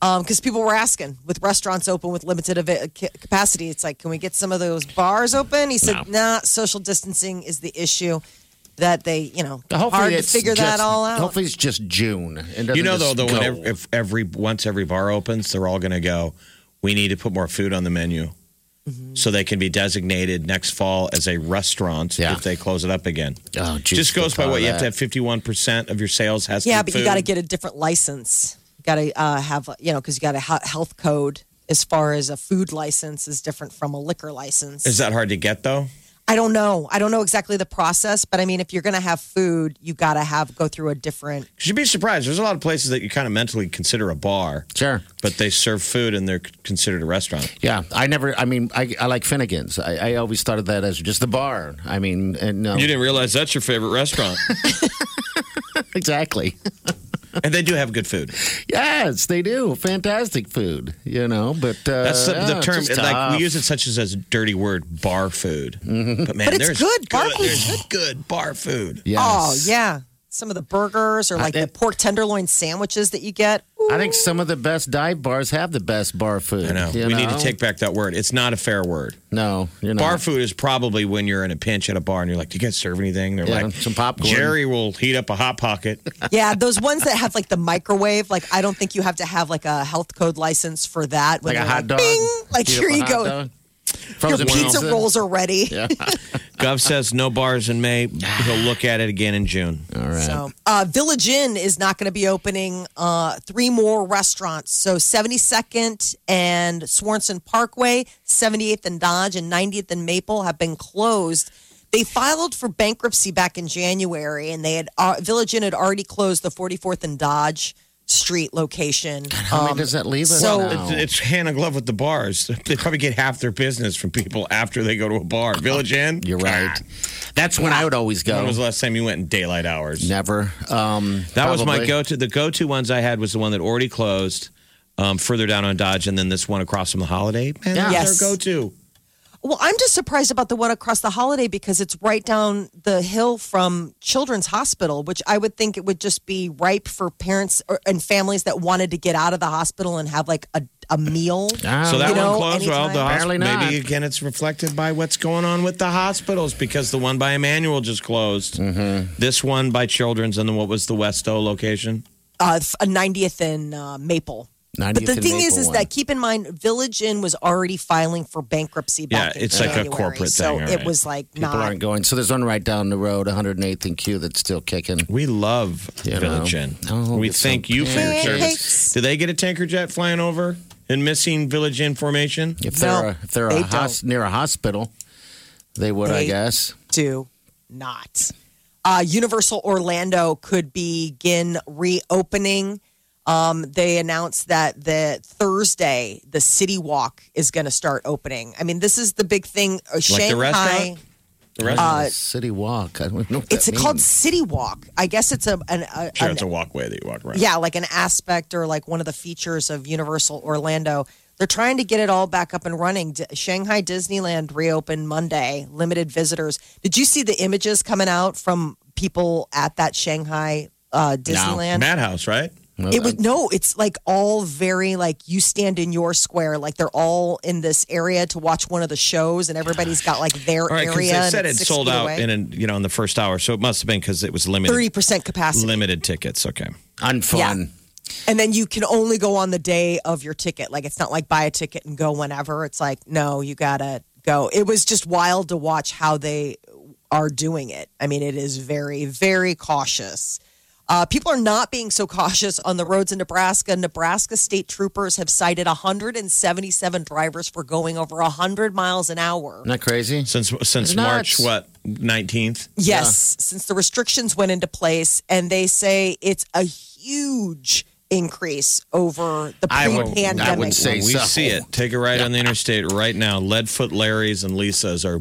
Speaker 3: Because people were asking, with restaurants open with limited av- ca- capacity, it's like, can we get some of those bars open? He said, nah, social distancing is the issue that they, you know, hard to
Speaker 5: it's
Speaker 3: figure that
Speaker 5: just-
Speaker 3: all out.
Speaker 5: Hopefully it's just June. It doesn't
Speaker 4: You know, though,
Speaker 5: just
Speaker 4: though when
Speaker 5: go.
Speaker 4: ev- if every once every bar opens, they're all going to go. We need to put more food on the menu,
Speaker 3: Mm-hmm.
Speaker 4: so they can be designated next fall as a restaurant
Speaker 5: Yeah.
Speaker 4: if they close it up again.
Speaker 5: Oh, geez,
Speaker 4: Just goes by
Speaker 5: thought
Speaker 4: what
Speaker 5: of
Speaker 4: you have to
Speaker 5: that.
Speaker 4: have. Fifty-one percent of your sales has
Speaker 3: Yeah,
Speaker 4: to. be
Speaker 3: but you
Speaker 4: food.
Speaker 3: got to get a different license. You got to uh, have, you know, because you got a he- health code as far as a food license is different from a liquor license.
Speaker 4: Is that hard to get though?
Speaker 3: I don't know. I don't know exactly the process, but I mean, if you're going to have food, you got to have go through a different.
Speaker 4: Because you'd be surprised. There's a lot of places that you kind of mentally consider a bar,
Speaker 5: Sure.
Speaker 4: but they serve food and they're considered a restaurant.
Speaker 5: Yeah, I never. I mean, I, I like Finnegan's. I, I always thought of that as just the bar. I mean, and no,
Speaker 4: You didn't realize that's your favorite restaurant,
Speaker 5: exactly.
Speaker 4: and they do have good food.
Speaker 5: Yes, they do. Fantastic food, you know. But uh,
Speaker 4: That's the,
Speaker 5: yeah,
Speaker 4: the
Speaker 5: it's
Speaker 4: term.
Speaker 5: just
Speaker 4: Like
Speaker 5: tough.
Speaker 4: we use it such as as a dirty word, bar food. But man,
Speaker 3: But it's
Speaker 4: there's
Speaker 3: good. Bar food's
Speaker 4: There's good bar food.
Speaker 5: Yes.
Speaker 3: Oh yeah, some of the burgers or like
Speaker 5: I-
Speaker 3: the pork tenderloin sandwiches that you get. Ooh,
Speaker 5: I think some of the best dive bars have the best bar food.
Speaker 4: I know.
Speaker 5: you
Speaker 4: we need to
Speaker 5: know?
Speaker 4: take back that word. It's not a fair word.
Speaker 5: no. You know,
Speaker 4: Bar food is probably when you're in a pinch at a bar and you're like, "Do you guys serve anything?" They're
Speaker 5: Yeah,
Speaker 4: like,
Speaker 5: some popcorn.
Speaker 4: Jerry will heat up a hot pocket.
Speaker 3: yeah, those ones that have like the microwave. Like I don't think you have to have like a health code license for that. when
Speaker 5: like a
Speaker 3: they're
Speaker 5: hot dog.
Speaker 3: Bing! Like
Speaker 5: Heat up
Speaker 3: here
Speaker 5: a
Speaker 3: you
Speaker 5: hot
Speaker 3: go.
Speaker 5: dog.
Speaker 3: Your
Speaker 5: Frozen
Speaker 3: pizza
Speaker 5: pizza.
Speaker 3: rolls are ready.
Speaker 4: Gov says no bars in May. He'll look at it again in June.
Speaker 5: All right.
Speaker 3: So, uh, Village Inn is not going to be opening uh, three more restaurants. So, 72nd and Swanson Parkway, 78th and Dodge, and 90th and Maple have been closed. They filed for bankruptcy back in January, and they had uh, Village Inn had already closed the 44th and Dodge Street location.
Speaker 5: How many
Speaker 3: Um,
Speaker 5: does that leave us?
Speaker 3: so-
Speaker 5: now?
Speaker 4: It's, it's hand in glove with the bars. They probably get half their business from people after they go to a bar. Village Inn.
Speaker 5: You're right. That's when I would always
Speaker 4: When
Speaker 5: go.
Speaker 4: was the last time you went in daylight hours?
Speaker 5: Never. Um,
Speaker 4: That was my
Speaker 5: probably.
Speaker 4: go-to. The go-to ones I had was the one that already closed, um, further down on Dodge, and then this one across from the Holiday. Man,
Speaker 5: Yeah.
Speaker 4: that's
Speaker 3: Yes.
Speaker 4: their go-to.
Speaker 3: well, I'm just surprised about the one across the holiday because it's right down the hill from Children's Hospital, which I would think it would just be ripe for parents or, and families that wanted to get out of the hospital and have like a, a meal.
Speaker 5: Um,
Speaker 4: so that one
Speaker 3: you know,
Speaker 4: closed. Well, the
Speaker 3: anytime.
Speaker 5: Apparently
Speaker 4: hospital.
Speaker 5: not.
Speaker 4: Maybe again, it's reflected by what's going on with the hospitals because the one by Emmanuel just closed.
Speaker 5: Mm-hmm.
Speaker 4: This one by Children's, and then what was the Westo location?
Speaker 3: uh, f- 90th and uh, Maple.
Speaker 5: 90th
Speaker 3: But the
Speaker 5: and
Speaker 3: thing
Speaker 5: Maple
Speaker 3: is, is
Speaker 5: one.
Speaker 3: that keep in mind, Village Inn was already filing for bankruptcy. Back
Speaker 4: Yeah,
Speaker 3: in
Speaker 4: it's like a
Speaker 3: January,
Speaker 4: corporate
Speaker 3: so
Speaker 4: thing, all
Speaker 3: it
Speaker 4: right.
Speaker 3: was like
Speaker 5: people
Speaker 3: not.
Speaker 5: aren't going. So there's one right down the road, 108th and Q, that's still kicking.
Speaker 4: We love
Speaker 5: You
Speaker 4: Village
Speaker 5: know.
Speaker 4: Inn.
Speaker 5: Oh,
Speaker 4: we
Speaker 5: it's
Speaker 4: thank
Speaker 5: so
Speaker 4: you for your
Speaker 3: big.
Speaker 4: service.
Speaker 3: Thanks.
Speaker 4: Do they get a tanker jet flying over and missing Village Inn formation?
Speaker 5: If
Speaker 3: No,
Speaker 5: they're a, if they're a
Speaker 3: they
Speaker 5: hos- near a hospital, they would, I
Speaker 3: They-
Speaker 5: guess.
Speaker 3: do not. Uh, Universal Orlando could begin reopening. Um, they announced that the Thursday the City Walk is going to start opening. I mean, this is the big thing.
Speaker 4: Like
Speaker 3: Uh,
Speaker 4: the
Speaker 3: Shanghai,
Speaker 4: restaurant? The rest
Speaker 5: The city walk. I don't even know what
Speaker 3: uh, It's
Speaker 5: that
Speaker 3: called
Speaker 5: means.
Speaker 3: City Walk. I guess it's a an a,
Speaker 4: sure,
Speaker 3: an-
Speaker 4: it's a walkway that you walk around.
Speaker 3: yeah, like an aspect or like one of the features of Universal Orlando. They're trying to get it all back up and running. D- Shanghai Disneyland reopened Monday, limited visitors. Did you see the images coming out from people at that Shanghai uh, Disneyland?
Speaker 4: Madhouse, right?
Speaker 5: Well,
Speaker 3: It was no, it's like all very like you stand in your square, like they're all in this area to watch one of the shows, and everybody's got like their
Speaker 4: All right, because
Speaker 3: area.
Speaker 4: they said it sold out in
Speaker 3: in
Speaker 4: an, you know in the first hour, so it must have been because it was limited
Speaker 3: thirty percent capacity,
Speaker 4: limited tickets. Okay,
Speaker 5: unfun.
Speaker 3: and then you can only go on the day of your ticket. Like it's not like buy a ticket and go whenever. It's like no, you gotta go. It was just wild to watch how they are doing it. I mean, it is very very cautious. Uh, people are not being so cautious on the roads in Nebraska. Nebraska state troopers have cited 177 drivers for going over 100 miles an hour.
Speaker 5: Not crazy.
Speaker 4: since since
Speaker 5: It's
Speaker 4: March
Speaker 5: nuts.
Speaker 4: what nineteenth?
Speaker 3: Yes, since the restrictions went into place, and they say it's a huge increase over the
Speaker 5: I would- I
Speaker 3: pre-pandemic.
Speaker 5: would say
Speaker 4: When we
Speaker 5: so.
Speaker 4: see it. Take a ride on the interstate right now. Leadfoot Larry's and Lisa's are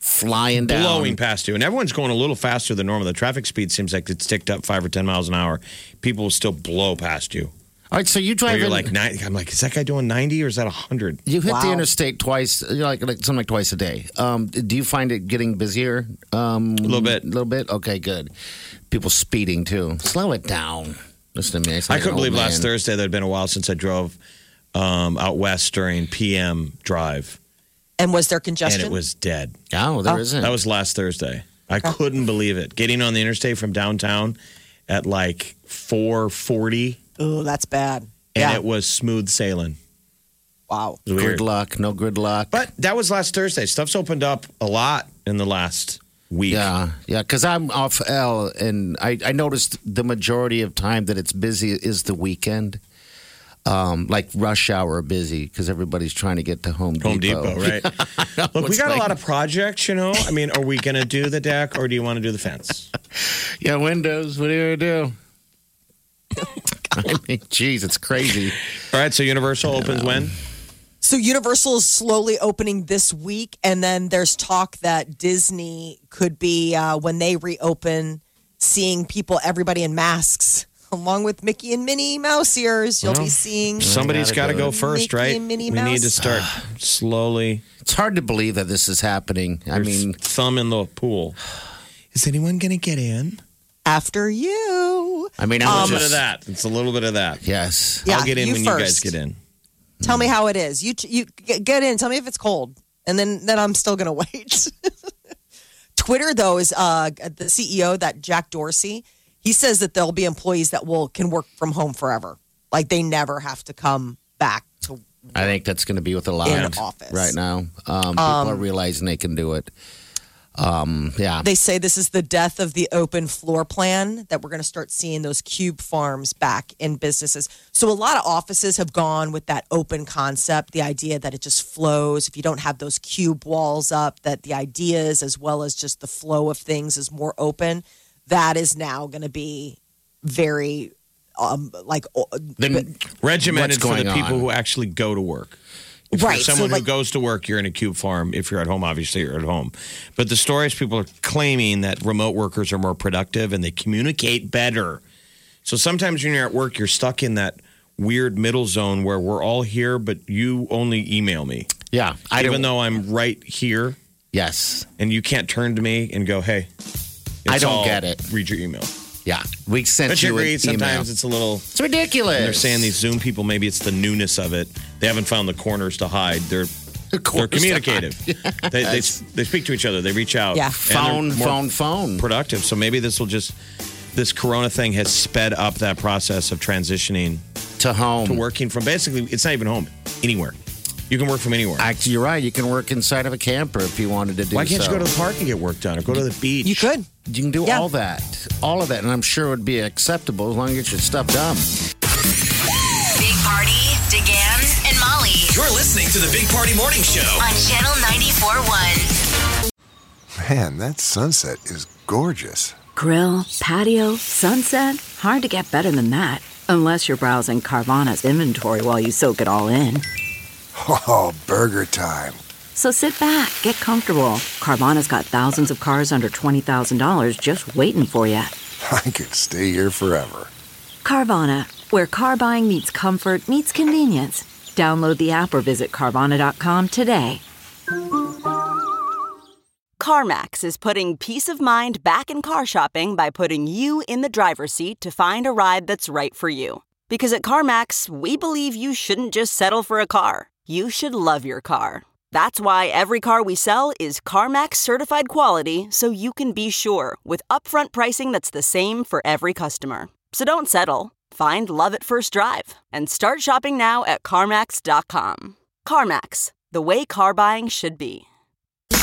Speaker 5: Flying down.
Speaker 4: blowing past you, and everyone's going a little faster than normal. The traffic speed seems like it's ticked up five or ten miles an hour. People will still blow past you.
Speaker 5: All right, so you
Speaker 4: Or
Speaker 5: drive.
Speaker 4: you're
Speaker 5: in-
Speaker 4: like ninety. I'm like, is that guy doing ninety or is that hundred?
Speaker 5: You hit the
Speaker 3: Wow.
Speaker 5: interstate twice, you know, like, like something like twice a day. Um, do you find it getting busier? Um, a
Speaker 4: Little bit.
Speaker 5: A little bit. Okay, good. People speeding too. Slow it down. Listen to me. sound
Speaker 4: I
Speaker 5: like an
Speaker 4: couldn't believe
Speaker 5: old
Speaker 4: last
Speaker 5: Oh, man.
Speaker 4: Thursday. There had been a while since I drove um, out west during PM drive,
Speaker 3: And was there
Speaker 4: and
Speaker 3: congestion?
Speaker 4: it was dead.
Speaker 5: Oh, there not
Speaker 4: That was last Thursday. I couldn't believe it. Getting on the interstate from downtown at like 4:40
Speaker 3: oh, that's bad.
Speaker 4: and
Speaker 3: yeah.
Speaker 4: it was smooth sailing.
Speaker 3: wow.
Speaker 4: It was weird.
Speaker 5: gridlock. No gridlock.
Speaker 4: But that was last Thursday. Stuff's opened up a lot in the last week.
Speaker 5: Yeah, yeah. Because I'm off L, and I, I noticed the majority of time that it's busy is the weekend. Um, like rush hour busy because everybody's trying to get to Home Depot.
Speaker 4: Home Depot, right? Look, we
Speaker 5: it's
Speaker 4: got a
Speaker 5: like-
Speaker 4: lot of projects, you know. I mean, are we going to do the deck or do you want to do the fence?
Speaker 5: Yeah, windows. What do you do?
Speaker 4: Oh
Speaker 5: I mean, jeez, it's crazy.
Speaker 4: All right, so Universal opens when?
Speaker 3: So Universal is slowly opening this week, and then there's talk that Disney could be uh, when they reopen, seeing people, everybody in masks, along with Mickey and Minnie Mouse ears. You'll be seeing.
Speaker 4: Somebody's got
Speaker 5: gotta
Speaker 4: to go
Speaker 5: go.
Speaker 4: first,
Speaker 3: Mickey
Speaker 4: right?
Speaker 3: and Minnie
Speaker 4: we need
Speaker 3: Mouse.
Speaker 4: to start slowly.
Speaker 5: It's hard to believe that this is happening. I mean,
Speaker 4: thumb in the pool. Is anyone going to get in?
Speaker 3: after you.
Speaker 5: I mean, I
Speaker 4: A
Speaker 5: was
Speaker 4: little bit
Speaker 5: just,
Speaker 4: of that. It's a little bit of that.
Speaker 5: Yes,
Speaker 3: Yeah,
Speaker 4: I'll get in
Speaker 3: you
Speaker 4: when you guys
Speaker 3: first.
Speaker 4: get in.
Speaker 3: Tell me how it is. You you g- get in. Tell me if it's cold, and then then I'm still gonna wait. Twitter though is uh, the CEO that Jack Dorsey. He says that there'll be employees that will can work from home forever. Like they never have to come back to
Speaker 5: I think that's going to be with a lot
Speaker 3: In office.
Speaker 5: right now. Um, people are realizing they can do it. Um, yeah,
Speaker 3: they say this is the death of the open floor plan that we're going to start seeing those cube farms back in businesses. So a lot of offices have gone with that open concept, the idea that it just flows. If you don't have those cube walls up, that the ideas as well as just the flow of things is more open. That is now going to be very um like o-
Speaker 5: then
Speaker 4: Regimented
Speaker 5: What's
Speaker 4: for the
Speaker 5: going
Speaker 4: people
Speaker 5: on?
Speaker 4: who actually go to work. If
Speaker 3: right
Speaker 4: You're
Speaker 3: so,
Speaker 4: someone
Speaker 3: like-
Speaker 4: who goes to work, you're in a cube farm. If you're at home, obviously you're at home. But the stories people are claiming that remote workers are more productive and they communicate better. So sometimes when you're at work, you're stuck in that weird middle zone where we're all here, but you only email me,
Speaker 5: yeah, I
Speaker 4: even
Speaker 5: don't.
Speaker 4: though I'm right here,
Speaker 5: Yes,
Speaker 4: and you can't turn to me and go, "Hey."
Speaker 5: I
Speaker 4: it's
Speaker 5: don't
Speaker 4: all-
Speaker 5: get it.
Speaker 4: Read your email.
Speaker 5: yeah, we sent
Speaker 4: But you
Speaker 5: you an
Speaker 4: agree.
Speaker 5: email.
Speaker 4: Sometimes it's a little.
Speaker 5: it's ridiculous.
Speaker 4: They're saying these Zoom people, maybe it's the newness of it. They haven't found the corners to hide. They're
Speaker 5: Of
Speaker 4: they're
Speaker 5: course
Speaker 4: communicative.
Speaker 5: not.
Speaker 4: they, they they speak to each other. They reach out.
Speaker 3: Yeah.
Speaker 4: and they're
Speaker 5: Phone,
Speaker 4: more
Speaker 5: phone, phone.
Speaker 4: productive. So maybe this will just this Corona thing has sped up that process of transitioning
Speaker 5: to home.
Speaker 4: to working from basically. It's not even home, anywhere. You can work from anywhere.
Speaker 5: Actually, you're right. You can work inside of a camper if you wanted to do.
Speaker 4: Why can't
Speaker 5: so.
Speaker 4: you go to the park and get work done, or go to the beach?
Speaker 3: you could
Speaker 5: You can do
Speaker 3: Yeah.
Speaker 5: all that, all of that, and I'm sure it would be acceptable as long as you get your stuff done.
Speaker 2: Big Party, DeGan, and Molly
Speaker 1: You're listening to the Big Party Morning Show.
Speaker 2: on Channel 94.1.
Speaker 8: Man, that sunset is gorgeous.
Speaker 9: Grill, patio, sunset. Hard to get better than that. Unless you're browsing Carvana's inventory while you soak it all in.
Speaker 8: Oh, burger time.
Speaker 9: So sit back, get comfortable. Carvana's got thousands of cars under $20,000 just waiting for you.
Speaker 8: I could stay here forever.
Speaker 9: Carvana, where car buying meets comfort, meets convenience. Download the app or visit Carvana.com today.
Speaker 7: CarMax is putting peace of mind back in car shopping by putting you in the driver's seat to find a ride that's right for you. Because at CarMax, we believe you shouldn't just settle for a car, you should love your car. That's why every car we sell is CarMax certified quality so you can be sure with upfront pricing that's the same for every customer. So don't settle. Find love at first drive and start shopping now at CarMax.com. CarMax, the way car buying should be.
Speaker 2: You're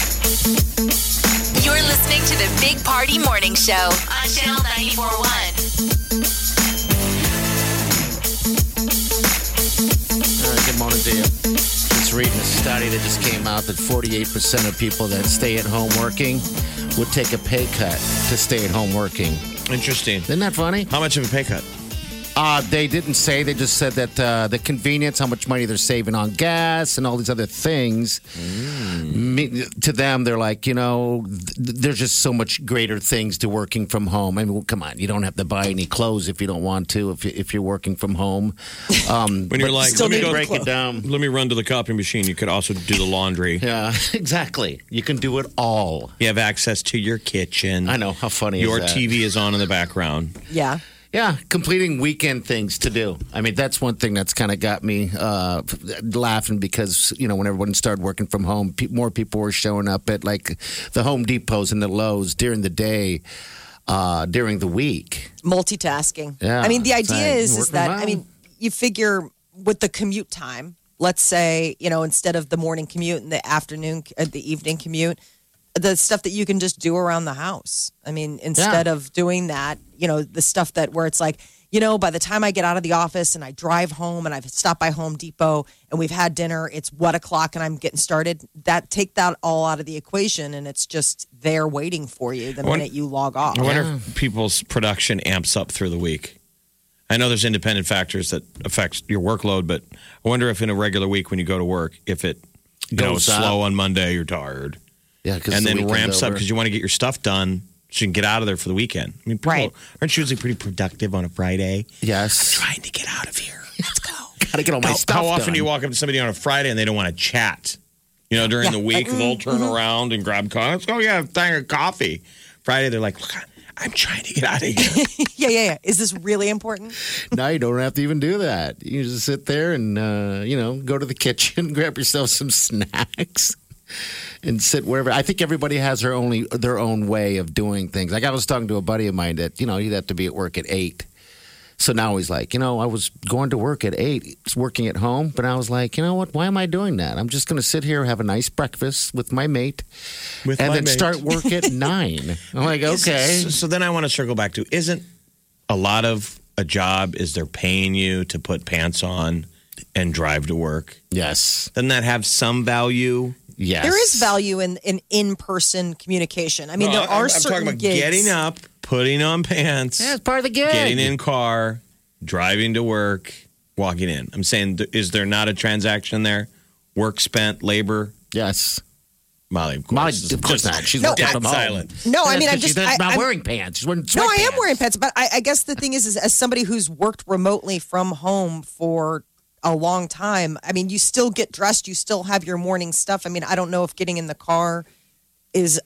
Speaker 2: listening to the Big Party Morning Show on Channel 941.
Speaker 5: All right, good morning to you. Just reading a study that just came out that 48% of people that stay at home working would take a pay cut to stay at home working.
Speaker 4: Interesting.
Speaker 5: Isn't that funny?
Speaker 4: How much of a pay cut?
Speaker 5: Uh, they didn't say. They just said that uh, the convenience, how much money they're saving on gas, and all these other things. Me, to them, they're like, you know, th- there's just so much greater things to working from home. I mean, well, come on, you don't have to buy any clothes if you don't want to. If you, if you're working from home, um,
Speaker 4: When you're
Speaker 5: but
Speaker 4: like,
Speaker 5: still
Speaker 4: let me
Speaker 5: need to
Speaker 4: go-
Speaker 5: break it down.
Speaker 4: Let me run to the copy machine. You could also do the laundry.
Speaker 5: Yeah, exactly. You can do it all.
Speaker 4: You have access to your kitchen.
Speaker 5: I know how funny
Speaker 4: Your
Speaker 5: is that?
Speaker 4: TV is on in the background.
Speaker 3: Yeah.
Speaker 5: Yeah, completing weekend things to do. I mean, that's one thing that's kind of got me uh, laughing because you know when everyone started working from home, pe- more people were showing up at like the Home Depots and the Lows during the day, uh, during the week.
Speaker 3: multitasking.
Speaker 5: Yeah,
Speaker 3: I mean, the
Speaker 5: it's
Speaker 3: idea
Speaker 5: like
Speaker 3: is is
Speaker 5: working
Speaker 3: that
Speaker 5: from
Speaker 3: I mean, you figure with the commute time. Let's say you know instead of the morning commute and the afternoon, uh, the evening commute, the stuff that you can just do around the house. I mean, instead of doing that, you know, the stuff that where it's like. You know, by the time I get out of the office and I drive home and I've stopped by Home Depot and we've had dinner, it's one o'clock and I'm getting started. That take that all out of the equation and it's just there waiting for you the
Speaker 4: wonder-
Speaker 3: minute you log off.
Speaker 4: I wonder if people's production amps up through the week. I know there's independent factors that affects your workload, but I wonder if in a regular week when you go to work, if it you know,
Speaker 5: Goes
Speaker 4: slow on Monday, you're tired,
Speaker 5: Yeah, cause
Speaker 4: and
Speaker 5: the
Speaker 4: then
Speaker 5: weekend's
Speaker 4: ramps up
Speaker 5: over.
Speaker 4: because you want to get your stuff done so you can get out of there for the weekend. I mean, people
Speaker 3: Right.
Speaker 4: aren't usually pretty productive on a Friday.
Speaker 5: yes,
Speaker 4: Trying to get out of here. Let's go.
Speaker 5: gotta get all my
Speaker 4: how,
Speaker 5: stuff.
Speaker 4: how often
Speaker 5: done.
Speaker 4: do you walk up to somebody on a Friday and they don't want to chat? You know, during the week, they'll
Speaker 5: Mm-hmm,
Speaker 4: turn around and grab coffee. Let's go get a thing of coffee. Friday, they're like, Look, I'm trying to get out of here.
Speaker 3: Yeah, yeah, yeah. Is this really important?
Speaker 5: now you don't have to even do that. You just sit there and uh, you know go to the kitchen, grab yourself some snacks, and sit wherever. I think everybody has their only their own way of doing things. Like I was talking to a buddy of mine that you know he'd have to be at work at eight. So now he's like, you know, I was going to work at eight, working at home, but I was like, you know what? Why am I doing that? I'm just going to sit here, have a nice breakfast with my mate,
Speaker 4: With
Speaker 5: and
Speaker 4: my
Speaker 5: then
Speaker 4: mate.
Speaker 5: start work at nine. I'm like, okay.
Speaker 4: So, so then I want to circle back to isn't a lot of a job is they're paying you to put pants on and drive to work?
Speaker 5: Yes.
Speaker 4: Doesn't that have some value?
Speaker 5: Yes.
Speaker 3: There is value in in in person communication. I mean, there are
Speaker 4: I'm,
Speaker 3: certain
Speaker 4: talking about
Speaker 3: gigs.
Speaker 4: getting up, putting on pants.
Speaker 5: Yeah, it's part of the gig.
Speaker 4: getting in car, driving to work, walking in. I'm saying, th- is there not a transaction there? Work spent, labor.
Speaker 5: Yes.
Speaker 4: Molly, of course,
Speaker 5: Molly,
Speaker 4: is
Speaker 5: of course
Speaker 4: just
Speaker 5: not. She's
Speaker 3: No,
Speaker 5: working
Speaker 4: dead
Speaker 5: from home.
Speaker 4: silent.
Speaker 3: No, I
Speaker 5: That's
Speaker 3: mean, I'm
Speaker 5: 'cause she's
Speaker 3: just
Speaker 5: not,
Speaker 3: I,
Speaker 5: not
Speaker 3: I'm-
Speaker 5: wearing pants. She's wearing
Speaker 3: No, I am
Speaker 5: sweatpants.
Speaker 3: wearing pants, but I, I guess the thing is, is as somebody who's worked remotely from home for a long time, I mean, you still get dressed, you still have your morning stuff. I mean, I don't know if getting in the car is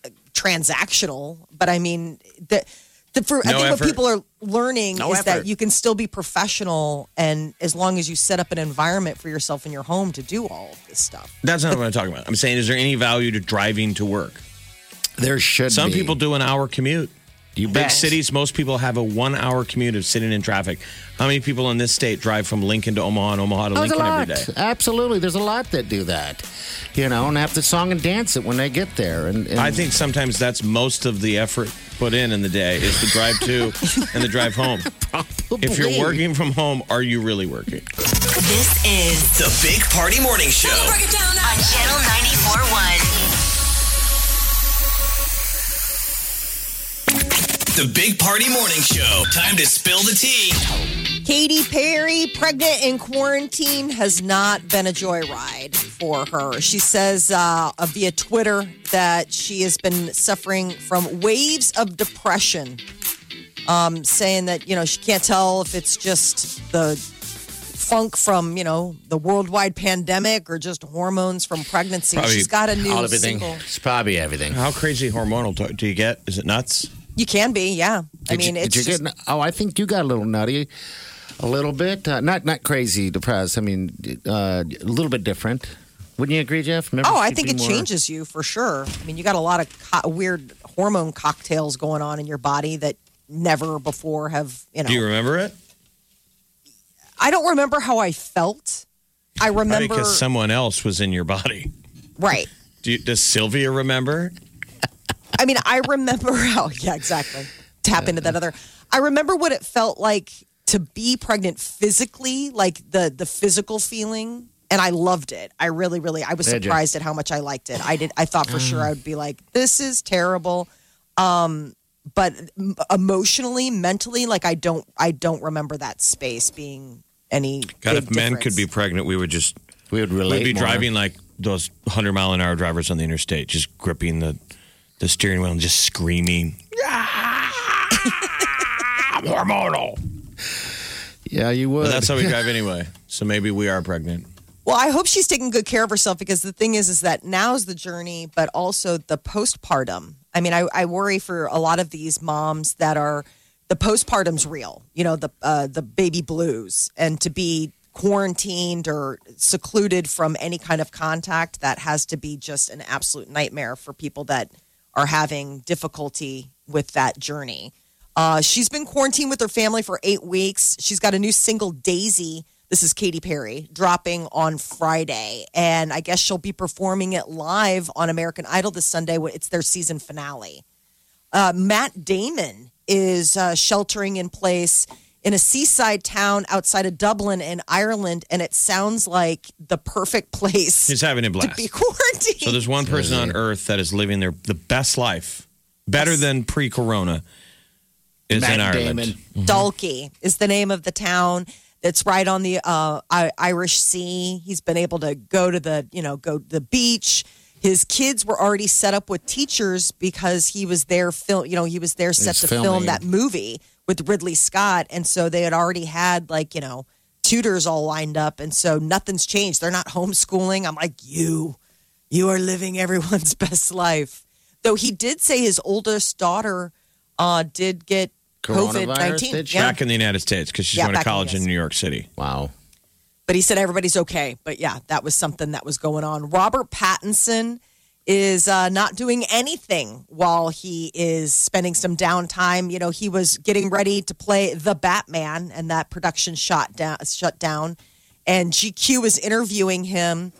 Speaker 3: transactional, but I mean, the, the for, I
Speaker 4: No
Speaker 3: think
Speaker 4: effort.
Speaker 3: what people are learning
Speaker 5: No
Speaker 3: is
Speaker 5: effort.
Speaker 3: that you can still be professional, and as long as you set up an environment for yourself in your home to do all of this stuff.
Speaker 4: That's not what I'm talking about. I'm saying, is there any value to driving to work?
Speaker 5: There should
Speaker 4: Some
Speaker 5: be.
Speaker 4: people do an hour commute.
Speaker 5: You
Speaker 4: Big
Speaker 5: bet.
Speaker 4: cities, most people have a one hour commute of sitting in traffic. How many people in this state drive from Lincoln to Omaha and Omaha to
Speaker 5: Oh, there's a
Speaker 4: Lincoln
Speaker 5: lot.
Speaker 4: every day?
Speaker 5: Absolutely, there's a lot that do that. You know, and have to song and dance it when they get there. And, and
Speaker 4: I think sometimes that's most of the effort put in in the day is the drive to and the drive home. If you're working from home, are you really working?
Speaker 2: This is
Speaker 1: The Big Party Morning Show.
Speaker 6: Break it down
Speaker 2: on Channel 941.
Speaker 1: The Big Party Morning Show. Time to spill the tea.
Speaker 3: Katy Perry, pregnant in quarantine, has not been a joyride for her. She says uh, via Twitter that she has been suffering from waves of depression, um, saying that, you know, she can't tell if it's just the funk from, you know, the worldwide pandemic or just hormones from pregnancy.
Speaker 4: Probably
Speaker 3: She's got a new
Speaker 5: All everything.
Speaker 3: single.
Speaker 5: It's probably everything.
Speaker 4: How crazy hormonal do- do you get? Is it nuts?
Speaker 3: You can be, yeah. I
Speaker 5: Did
Speaker 3: mean,
Speaker 5: you,
Speaker 3: it's
Speaker 5: did you
Speaker 3: just-
Speaker 5: get? Oh, I think you got a little nutty, a little bit. Uh, not not crazy depressed. I mean, uh, a little bit different. Wouldn't you agree, Jeff? Remember
Speaker 3: Oh, I
Speaker 5: she'd
Speaker 3: think
Speaker 5: be
Speaker 3: it
Speaker 5: more-
Speaker 3: changes you for sure. I mean, you got a lot of co- weird hormone cocktails going on in your body that never before have, you know.
Speaker 4: Do you remember it?
Speaker 3: I don't remember how I felt. I
Speaker 4: Probably
Speaker 3: remember
Speaker 4: because someone else was in your body.
Speaker 3: right.
Speaker 4: Do you, does Sylvia remember?
Speaker 3: I mean, I remember how yeah, exactly. Tap into that other. I remember what it felt like to be pregnant physically, like the the physical feeling, and I loved it. I really really I was
Speaker 5: Did you?
Speaker 3: surprised at how much I liked it. I did I thought for
Speaker 4: Mm.
Speaker 3: sure I would be like this is terrible. Um but m- emotionally, mentally, like I don't, I don't remember that space being any.
Speaker 4: God,
Speaker 3: big
Speaker 4: if men could be
Speaker 3: difference.
Speaker 4: pregnant, we would just
Speaker 5: We would relate.
Speaker 4: we'd be
Speaker 5: more.
Speaker 4: driving like those hundred mile an hour drivers on the interstate, just gripping the the steering wheel and just screaming. "Ah, hormonal.
Speaker 5: Yeah, you would.
Speaker 4: But that's how we drive anyway. So maybe we are pregnant.
Speaker 3: Well, I hope she's taking good care of herself because the thing is, is that now's the journey, but also the postpartum. I mean, I, I worry for a lot of these moms that are the postpartum's real, you know, the uh, the baby blues, and to be quarantined or secluded from any kind of contact that has to be just an absolute nightmare for people that are having difficulty with that journey. Uh, she's been quarantined with her family for eight weeks. She's got a new single, Daisy. This is Katy Perry dropping on Friday. And I guess she'll be performing it live on American Idol this Sunday. It's their season finale. Uh, Matt Damon is uh, sheltering in place in a seaside town outside of Dublin in Ireland. And it sounds like the perfect place
Speaker 4: He's having a
Speaker 3: to
Speaker 4: blast.
Speaker 3: be quarantined.
Speaker 4: So there's one person on earth that is living their the best life, better than pre-corona, is
Speaker 5: Matt
Speaker 4: in Ireland.
Speaker 5: Damon.
Speaker 3: Mm-hmm. Dalkey is the name of the town that's right on the uh, I- Irish Sea. He's been able to go to the you know go to the beach. His kids were already set up with teachers because he was there film. You know he was there set
Speaker 5: He's
Speaker 3: to film
Speaker 5: filming.
Speaker 3: that movie with Ridley Scott, and so they had already had like you know tutors all lined up, and so nothing's changed. They're not homeschooling. I'm like you. You are living everyone's best life. Though he did say his oldest daughter uh, did get COVID
Speaker 5: Coronavirus,
Speaker 3: nineteen.
Speaker 5: did she?
Speaker 4: Back in the United States because she's
Speaker 3: Yeah,
Speaker 4: going to
Speaker 3: back in the
Speaker 4: college in
Speaker 3: US.
Speaker 4: New York City.
Speaker 5: Wow.
Speaker 3: But he said everybody's okay. But yeah, that was something that was going on. Robert Pattinson is uh, not doing anything while he is spending some downtime. You know, he was getting ready to play the Batman, and that production shot down, shut down. And GQ was interviewing him,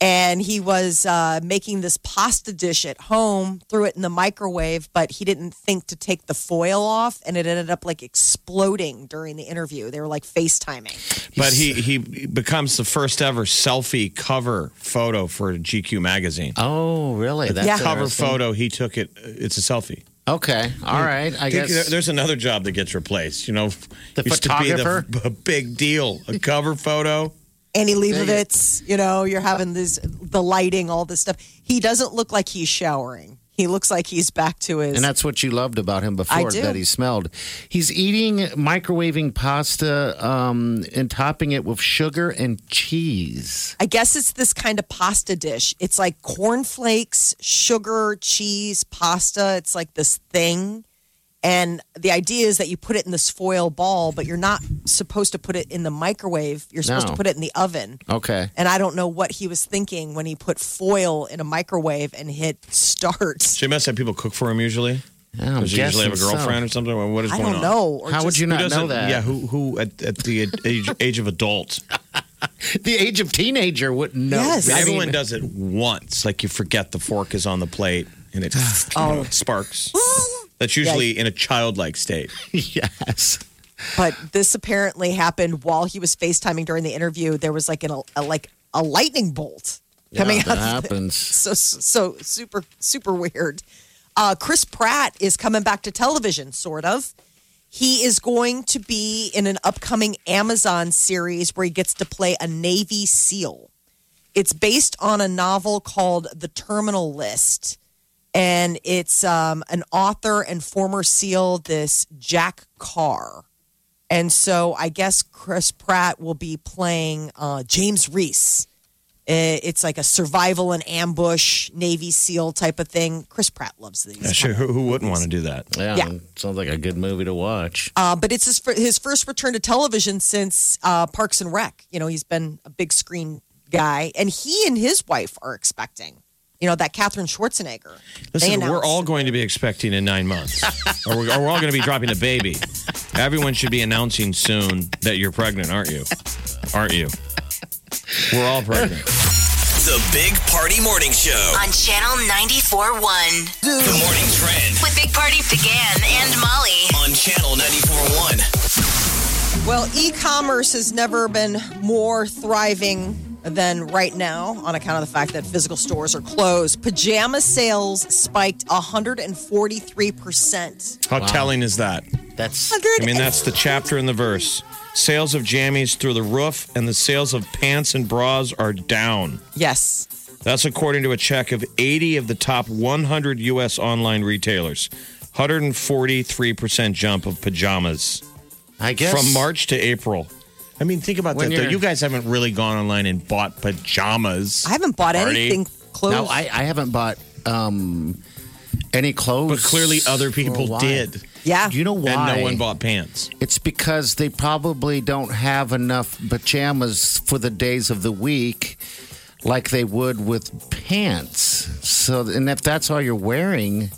Speaker 3: and he was uh, making this pasta dish at home. Threw it in the microwave, but he didn't think to take the foil off, and it ended up like exploding during the interview. They were like FaceTiming.
Speaker 4: But he he becomes the first ever selfie cover photo for GQ magazine.
Speaker 5: Oh, really? That's
Speaker 3: Yeah.
Speaker 4: cover
Speaker 5: interesting.
Speaker 4: photo he took it. It's a selfie.
Speaker 5: Okay.
Speaker 3: Hmm.
Speaker 5: All right. I
Speaker 4: Think there-
Speaker 5: guess.
Speaker 4: There's another job that gets replaced. You know,
Speaker 5: The
Speaker 4: used to be
Speaker 5: photographer?
Speaker 4: a big deal. A cover photo.
Speaker 3: Annie Leibovitz, you know, you're having this the lighting, all this stuff. He doesn't look like he's showering. He looks like he's back to his
Speaker 5: And that's what you loved about him before
Speaker 3: do.
Speaker 5: that he smelled. He's eating microwaving pasta um, and topping it with sugar and cheese.
Speaker 3: I guess it's this kind of pasta dish. It's like cornflakes, sugar, cheese, pasta. It's like this thing. And the idea is that you put it in this foil ball, but you're not supposed to put it in the microwave. You're supposed
Speaker 5: No.
Speaker 3: to put it in the oven.
Speaker 5: Okay.
Speaker 3: And I don't know what he was thinking when he put foil in a microwave and hit start.
Speaker 4: So you must have people cook for him usually.
Speaker 5: Yeah, I'm
Speaker 4: Does he usually have a
Speaker 5: guessing so.
Speaker 4: girlfriend or something? Well, What is
Speaker 3: I
Speaker 4: going
Speaker 3: don't
Speaker 4: on?
Speaker 3: know. Or
Speaker 5: How would
Speaker 3: just-
Speaker 5: you
Speaker 4: Who
Speaker 5: not know
Speaker 4: doesn't-
Speaker 5: that?
Speaker 4: Yeah, who who at, at the age, age of adult?
Speaker 5: The age of teenager wouldn't know.
Speaker 3: Yes.
Speaker 5: I
Speaker 4: Everyone
Speaker 5: mean,
Speaker 4: does it once. Like you forget the fork is on the plate and it you know, it sparks. That's usually in a childlike state.
Speaker 5: yes.
Speaker 3: But this apparently happened while he was FaceTiming during the interview. There was like an, a like a lightning bolt coming
Speaker 5: Yeah,
Speaker 3: out.
Speaker 5: that
Speaker 3: of the-
Speaker 5: happens.
Speaker 3: So so super super weird. uh, Chris Pratt is coming back to television, sort of. He is going to be in an upcoming Amazon series where he gets to play a Navy SEAL. It's based on a novel called The Terminal List. And it's um, an author and former SEAL, this Jack Carr. And so I guess Chris Pratt will be playing uh, James Reese. Uh, It's like a survival and ambush Navy SEAL type of thing. Chris Pratt loves these.
Speaker 4: Sure, who, who wouldn't want to do that?
Speaker 5: Yeah,
Speaker 3: Yeah.
Speaker 5: sounds like a good movie to watch.
Speaker 3: Uh, but it's his, fir- his first return to television since uh, Parks and Rec. You know, he's been a big screen guy, and he and his wife are expecting. You know that Katherine Schwarzenegger. They
Speaker 4: Listen, we're
Speaker 3: announced-
Speaker 4: all going to be expecting in nine months, or, we're, or we're all going to be dropping a baby. Everyone should be announcing soon that you're pregnant, aren't you? Aren't you? We're all pregnant.
Speaker 1: The Big Party Morning Show.
Speaker 2: on Channel 94.1.
Speaker 1: The Morning Trend
Speaker 2: With Big Party began and Molly.
Speaker 1: on Channel 94.1.
Speaker 3: Well, e-commerce has never been more thriving than right now on account of the fact that physical stores are closed. Pajama sales spiked 143%.
Speaker 4: How telling is that?
Speaker 5: That's
Speaker 4: I mean, that's the chapter in the verse. Sales of jammies through the roof, and the sales of pants and bras are down.
Speaker 3: Yes.
Speaker 4: That's according to a check of 80 of the top 100 U.S. online retailers. 143% jump of pajamas
Speaker 5: I guess
Speaker 4: from March to April. I mean, think about
Speaker 5: When
Speaker 4: that, though.
Speaker 5: you're-
Speaker 4: You guys haven't really gone online and bought pajamas.
Speaker 3: I haven't bought
Speaker 4: Party.
Speaker 3: anything closed.
Speaker 5: No, I, I haven't bought um any clothes.
Speaker 4: But clearly, other
Speaker 5: for a
Speaker 4: people
Speaker 5: while.
Speaker 4: did.
Speaker 3: yeah.
Speaker 5: Do you know why?
Speaker 4: And no one bought pants.
Speaker 5: It's because they probably don't have enough pajamas for the days of the week like they would with pants. So, and if that's all you're wearing,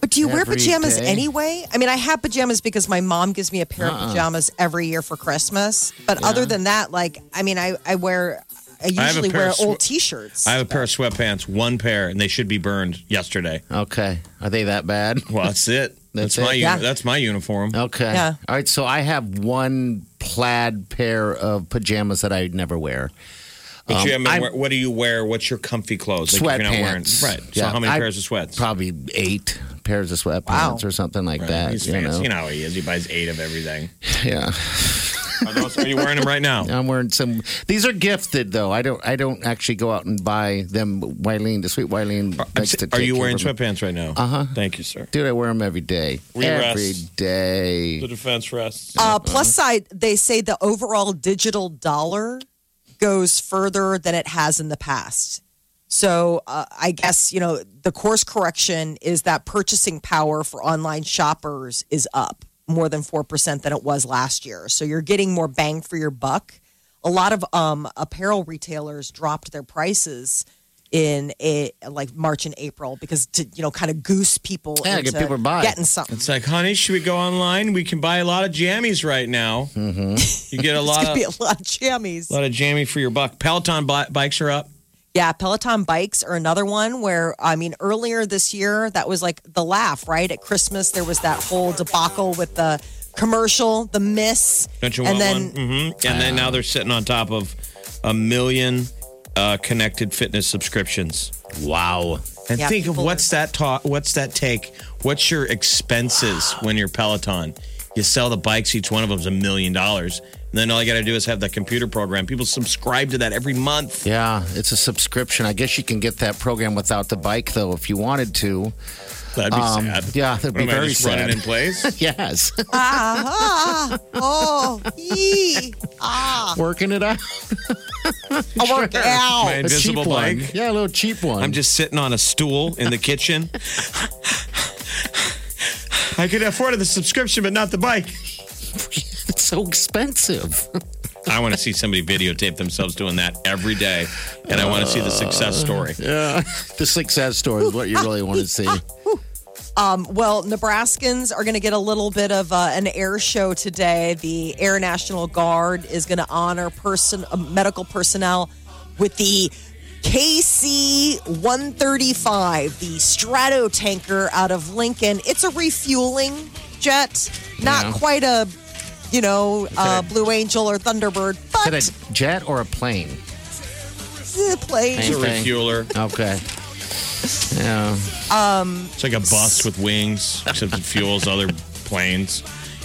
Speaker 3: But do you wear
Speaker 5: Every
Speaker 3: pajamas
Speaker 5: day.
Speaker 3: anyway? I mean, I have pajamas because my mom gives me a pair
Speaker 4: Uh-uh.
Speaker 3: of pajamas every year for Christmas. But other than that, like, I mean, I, I wear, I
Speaker 4: I have a
Speaker 3: usually
Speaker 4: pair
Speaker 3: wear
Speaker 4: of swe-
Speaker 3: old t shirts.
Speaker 4: I have a pair of sweatpants, one pair, and they should be burned yesterday.
Speaker 5: okay, are they that bad?
Speaker 4: Well, that's it.
Speaker 5: That's
Speaker 4: That's, my
Speaker 5: it.
Speaker 4: uni-
Speaker 3: Yeah.
Speaker 4: that's my uniform.
Speaker 5: Okay.
Speaker 3: Yeah.
Speaker 5: All right. So I have one plaid pair of pajamas that I never wear.
Speaker 4: But you haven't been
Speaker 5: I'm-
Speaker 4: wear- what do you wear? What's your comfy clothes? if you're not wearing-
Speaker 5: sweatpants.
Speaker 4: right. So
Speaker 5: Yeah.
Speaker 4: how many
Speaker 5: I-
Speaker 4: pairs of sweats?
Speaker 5: Probably eight pairs of
Speaker 3: Wow.
Speaker 5: sweatpants or something like
Speaker 4: Right.
Speaker 5: that.
Speaker 4: He's
Speaker 5: you
Speaker 4: fancy.
Speaker 5: know?
Speaker 4: You know how he is. He buys eight of everything.
Speaker 5: Yeah.
Speaker 4: Are, those, are you wearing them right now?
Speaker 5: I'm wearing some. These are gifted though. I don't. I don't actually go out and buy them. Wileen, the sweet Wileen.
Speaker 4: Are-
Speaker 5: likes to
Speaker 4: Are
Speaker 5: take
Speaker 4: you
Speaker 5: care
Speaker 4: wearing
Speaker 5: of Uh-huh. them.
Speaker 4: sweatpants right now? Uh huh. Thank you, sir.
Speaker 5: Dude, I wear them every day.
Speaker 4: We
Speaker 5: Every
Speaker 4: rest.
Speaker 5: day.
Speaker 4: The defense rests.
Speaker 5: Uh-huh.
Speaker 3: Uh, plus side, they say the overall digital dollar goes further than it has in the past. So uh, I guess you know the course correction is that purchasing power for online shoppers is up more than four percent than it was last year. So you're getting more bang for your buck. A lot of um, apparel retailers dropped their prices in a, like March and April because to you know kind of goose people
Speaker 5: Yeah,
Speaker 3: into
Speaker 5: get people to buy.
Speaker 3: getting something.
Speaker 4: it's like, honey, should we go online? We can buy a lot of jammies right now. Mm-hmm. You get a
Speaker 3: It's
Speaker 4: lot
Speaker 3: gonna
Speaker 4: of
Speaker 3: be a lot of jammies.
Speaker 4: lot of jammy for your buck. Peloton bi- bikes are up.
Speaker 3: Yeah, Peloton bikes are another one where, I mean, earlier this year, that was like the laugh, right? At Christmas, there was that whole debacle with the commercial, the miss. Ah,
Speaker 4: Don't you want
Speaker 3: and then,
Speaker 4: one? hmm And then now they're sitting on top of a million uh, connected fitness subscriptions.
Speaker 5: Wow.
Speaker 4: And
Speaker 3: Yeah,
Speaker 4: think of
Speaker 3: people
Speaker 4: what's that talk, what's that take, what's your expenses when you're Peloton? You sell the bikes, each one of them's a million dollars. And then all you got to do is have that computer program. People subscribe to that every month.
Speaker 5: Yeah, it's a subscription. I guess you can get that program without the bike though, if you wanted to.
Speaker 4: That'd be
Speaker 5: Um,
Speaker 4: sad.
Speaker 5: yeah, that'd
Speaker 4: What
Speaker 5: be
Speaker 4: am I
Speaker 5: very
Speaker 4: just
Speaker 5: sad.
Speaker 4: running in place.
Speaker 5: Yes.
Speaker 3: ah, ah, oh, ee, ah,
Speaker 5: Working it out.
Speaker 3: I work out.
Speaker 4: My invisible
Speaker 5: a cheap
Speaker 4: bike.
Speaker 5: one. Yeah, a little cheap one.
Speaker 4: I'm just sitting on a stool in the kitchen. I could afford the subscription, but not the bike.
Speaker 5: it's so expensive.
Speaker 4: I want to see somebody videotape themselves doing that every day, and I want to see the success story.
Speaker 5: Yeah. The success story is what you really want to see.
Speaker 3: Um, well, Nebraskans are going to get a little bit of uh, an air show today. The Air National Guard is going to honor person uh, medical personnel with the KC 135, the Strato tanker out of Lincoln. It's a refueling jet, not
Speaker 5: Yeah.
Speaker 3: quite a you know uh,
Speaker 5: it a-
Speaker 3: Blue Angel or Thunderbird, but
Speaker 5: Is it a jet or a plane?
Speaker 3: it's a plane.
Speaker 4: It's a refueler.
Speaker 5: Okay. Yeah.
Speaker 4: It's like a bus with wings, except it fuels other planes.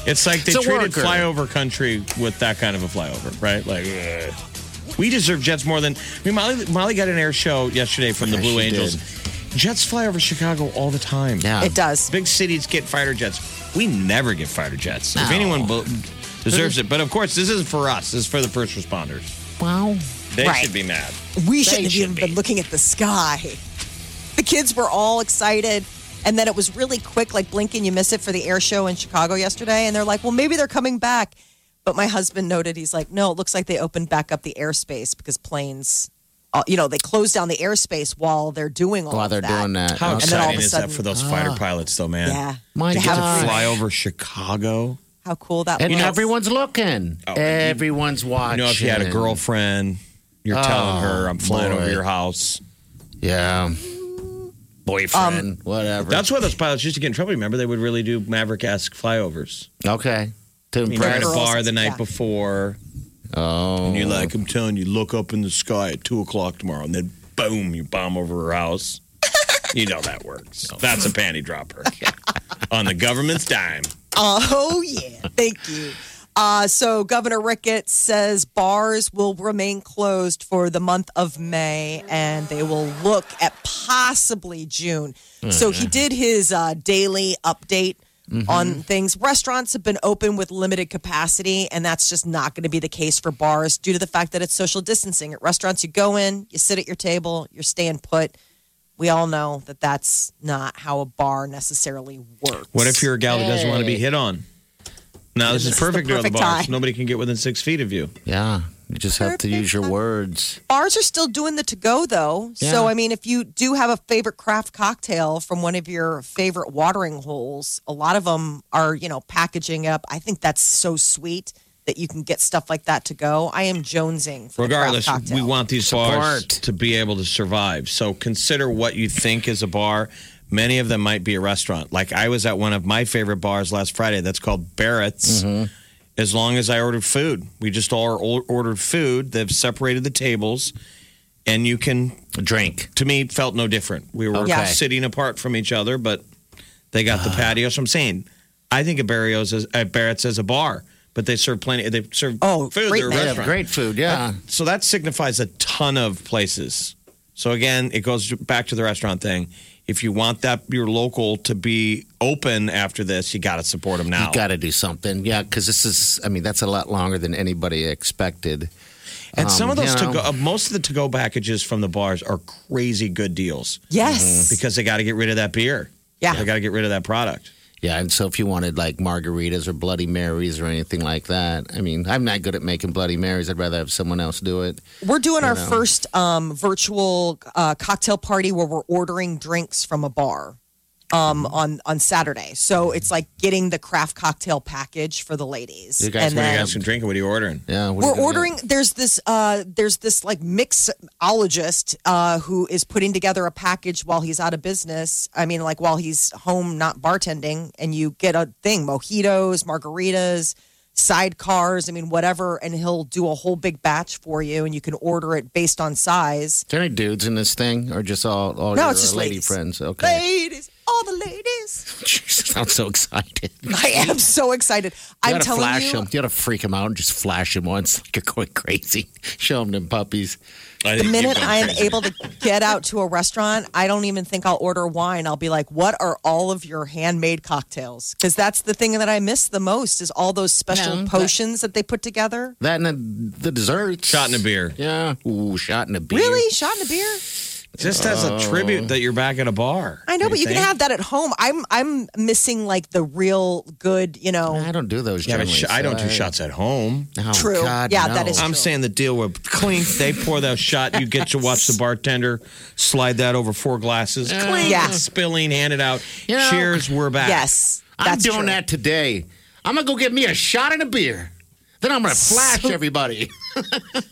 Speaker 4: It's like they
Speaker 5: It's a
Speaker 4: treated
Speaker 5: worker.
Speaker 4: flyover country with that kind of a flyover, right? Like, eh. we deserve jets more than. I mean, Molly, Molly got an air show yesterday from the
Speaker 5: Yeah,
Speaker 4: Blue
Speaker 5: she
Speaker 4: Angels. Jets fly over Chicago all the time.
Speaker 5: Yeah.
Speaker 3: It does.
Speaker 4: Big cities get fighter jets. We never get fighter jets. If
Speaker 5: No.
Speaker 4: anyone bo- deserves it. But of course, this isn't for us, this is for the first responders.
Speaker 5: Wow.
Speaker 4: They
Speaker 2: Right.
Speaker 4: should be mad.
Speaker 3: We shouldn't have
Speaker 5: should
Speaker 3: even
Speaker 5: be.
Speaker 3: been looking at the sky. The kids were all excited. And then it was really quick, like blinking, you miss it for the air show in Chicago yesterday. And they're like, well, maybe they're coming back. But my husband noted, he's like, no, it looks like they opened back up the airspace because planes, uh, you know, they closed down the airspace while they're doing all
Speaker 5: While
Speaker 3: of
Speaker 5: they're
Speaker 3: that.
Speaker 5: doing that.
Speaker 4: How
Speaker 5: Okay.
Speaker 3: then all
Speaker 4: exciting
Speaker 3: of a
Speaker 4: is
Speaker 3: sudden- ah.
Speaker 4: that for those fighter pilots, though, man?
Speaker 3: Yeah.
Speaker 5: My
Speaker 3: to have
Speaker 5: God.
Speaker 3: a
Speaker 4: Fly over Chicago.
Speaker 3: How cool that
Speaker 5: And
Speaker 3: was.
Speaker 5: everyone's looking.
Speaker 4: Oh, you-
Speaker 5: everyone's watching.
Speaker 4: You know, if you had a girlfriend, you're telling her, I'm flying
Speaker 5: boy.
Speaker 4: over your house.
Speaker 5: Yeah. Boyfriend,
Speaker 3: Um,
Speaker 5: whatever.
Speaker 4: That's why those pilots used to get in trouble. Remember, they would really do maverick esque flyovers.
Speaker 5: okay. To
Speaker 4: I mean, you're
Speaker 5: impress.
Speaker 4: at a
Speaker 3: Girls,
Speaker 4: bar the night
Speaker 3: yeah.
Speaker 4: before,
Speaker 5: oh.
Speaker 4: and you're like, I'm telling you, look up in the sky at 2 o'clock tomorrow, and then boom, you bomb over her house. you know that works. That's a panty dropper on the government's dime.
Speaker 3: Oh, yeah. Thank you. Uh, so, Governor Ricketts says bars will remain closed for the month of May and they will look at possibly June. So, he did his uh, daily update on things. Restaurants have been open with limited capacity, and that's just not going to be the case for bars due to the fact that it's social distancing. At restaurants, you go in, you sit at your table, you're staying put. We all know that that's not how a bar necessarily works.
Speaker 4: What if you're a gal that doesn't want to be hit on? Now, this, is
Speaker 3: is the
Speaker 4: perfect near the
Speaker 3: perfect
Speaker 4: bars.
Speaker 3: time.
Speaker 4: Nobody can get within six feet of you.
Speaker 5: yeah. You just have to use your words.
Speaker 3: bars are still doing the to go though. So
Speaker 5: Yeah.
Speaker 3: I mean, if you do have a favorite craft cocktail from one of your favorite watering holes, a lot of them are you know packaging up. I think that's so sweet that you can get stuff like that to go. I am jonesing for the craft
Speaker 4: regardless we
Speaker 3: cocktail.
Speaker 4: want these bars
Speaker 5: Support.
Speaker 4: to be able to survive so consider what you think is a bar many of them might be a restaurant like i was at one of my favorite bars last friday that's called barrett's
Speaker 3: Mm-hmm.
Speaker 4: as long as i ordered food we just all or- ordered food they've separated the tables and you can
Speaker 5: Drink.
Speaker 4: to me felt no different we were
Speaker 3: Okay. Ah.
Speaker 4: sitting apart from each other but they got the patio so i'm saying i think of barrios as at barrett's as a bar but they serve plenty they serve
Speaker 3: Oh,
Speaker 4: food
Speaker 3: great
Speaker 4: they're a
Speaker 3: menu.
Speaker 5: They have
Speaker 4: restaurant
Speaker 5: great food. Yeah.
Speaker 4: so that signifies a ton of places. So again, it goes back to the restaurant thing. If you want that your local to be open after this, you got to support them now.
Speaker 5: You got to do something. Yeah. Because this is, I mean, that's a lot longer than anybody expected.
Speaker 4: and some
Speaker 5: um,
Speaker 4: of those
Speaker 5: you
Speaker 4: to
Speaker 5: know.
Speaker 4: go, uh, most of the to go packages from the bars are crazy good deals
Speaker 5: Mm-hmm.
Speaker 3: yes,
Speaker 4: because they got to get rid of that beer.
Speaker 3: Yeah.
Speaker 4: they got to get rid of that product.
Speaker 5: Yeah, and so if you wanted like margaritas or Bloody Marys or anything like that, I mean, I'm not good at making Bloody Marys. I'd rather have someone else do it.
Speaker 3: we're doing our first um, virtual uh, cocktail party where we're ordering drinks from a bar. Um, on on Saturday, so it's like getting the craft cocktail package for the ladies.
Speaker 5: You guys-
Speaker 3: And
Speaker 4: What are
Speaker 3: then-
Speaker 4: you guys drinking? What are you ordering?
Speaker 5: Yeah, what are you
Speaker 3: We're
Speaker 5: gonna
Speaker 3: ordering. There's this. Uh, there's this like mixologist uh, who is putting together a package while he's out of business. I mean, like while he's home, not bartending, and you get a thing: mojitos, margaritas, sidecars. I mean, whatever. And he'll do a whole big batch for you, and you can order it based on size.
Speaker 5: do? Is there any dudes in this thing, or just all all
Speaker 3: No,
Speaker 5: your
Speaker 3: it's just
Speaker 5: lady
Speaker 3: ladies.
Speaker 5: friends? Okay,
Speaker 3: Ladies, all the ladies.
Speaker 5: Jesus, I'm so excited. You
Speaker 3: I am so excited. I'm
Speaker 5: gotta
Speaker 3: telling
Speaker 5: flash
Speaker 3: you,
Speaker 5: them. You gotta freak them out and just flash them once. Like you're going crazy. Show them them puppies.
Speaker 4: I
Speaker 3: the
Speaker 4: think
Speaker 3: minute
Speaker 4: you've gone
Speaker 3: I am
Speaker 4: crazy.
Speaker 3: able to get out to a restaurant, I don't even think I'll order wine. I'll be like, "What are all of your handmade cocktails?" Because that's the thing that I miss the most is all those special
Speaker 5: No, but-
Speaker 3: potions that they put together.
Speaker 5: That and the, the desserts.
Speaker 4: shot in a beer.
Speaker 5: Yeah. Ooh, shot in a beer.
Speaker 3: Really, shot in a beer?
Speaker 4: Just as a
Speaker 5: Oh.
Speaker 4: tribute that you're back at a bar.
Speaker 3: I know, but you
Speaker 4: think?
Speaker 3: can have that at home. I'm I'm missing like the real good, you know.
Speaker 5: I don't do those.
Speaker 4: Yeah, but sh-
Speaker 5: generally,
Speaker 4: I
Speaker 5: so
Speaker 4: don't do shots at home.
Speaker 5: Oh,
Speaker 3: True.
Speaker 5: God,
Speaker 3: Yeah,
Speaker 5: no.
Speaker 3: that is
Speaker 4: I'm
Speaker 3: Sure.
Speaker 4: saying the deal with clink. They pour that shot. You get to watch the bartender slide that over four glasses. Clink.
Speaker 3: Yeah.
Speaker 4: Spilling, hand it out.
Speaker 5: You know-
Speaker 4: Cheers, we're back.
Speaker 3: Yes,
Speaker 5: I'm
Speaker 3: that's
Speaker 5: doing
Speaker 3: true.
Speaker 5: that today. I'm gonna go get me a shot and a beer. Then I'm gonna flash everybody.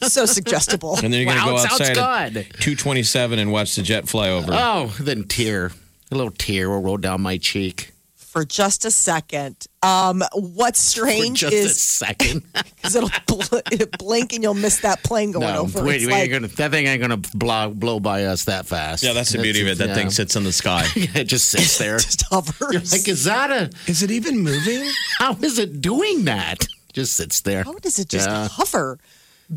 Speaker 3: So suggestible.
Speaker 4: And then you're going to
Speaker 5: Wow,
Speaker 4: go
Speaker 5: it sounds
Speaker 4: outside at
Speaker 5: good.
Speaker 4: 227 and watch the jet fly over.
Speaker 5: Oh, then tear. A little tear will roll down my cheek.
Speaker 3: for just a second. Um, what's
Speaker 5: For
Speaker 3: strange
Speaker 5: just a
Speaker 3: is
Speaker 5: second.
Speaker 3: because it'll bl- it blink and you'll miss that plane going
Speaker 5: no,
Speaker 3: over.
Speaker 5: wait,
Speaker 3: It's
Speaker 5: we
Speaker 3: like-
Speaker 5: ain't gonna, that thing ain't going to blow, blow by us that fast.
Speaker 4: Yeah, that's the beauty of it. That thing sits in the sky.
Speaker 5: it just sits there.
Speaker 3: just hovers.
Speaker 5: like, is that a,
Speaker 8: Is it even moving?
Speaker 5: how is it doing that? Just sits there.
Speaker 3: How does it just
Speaker 5: Yeah. Uh,
Speaker 3: hover?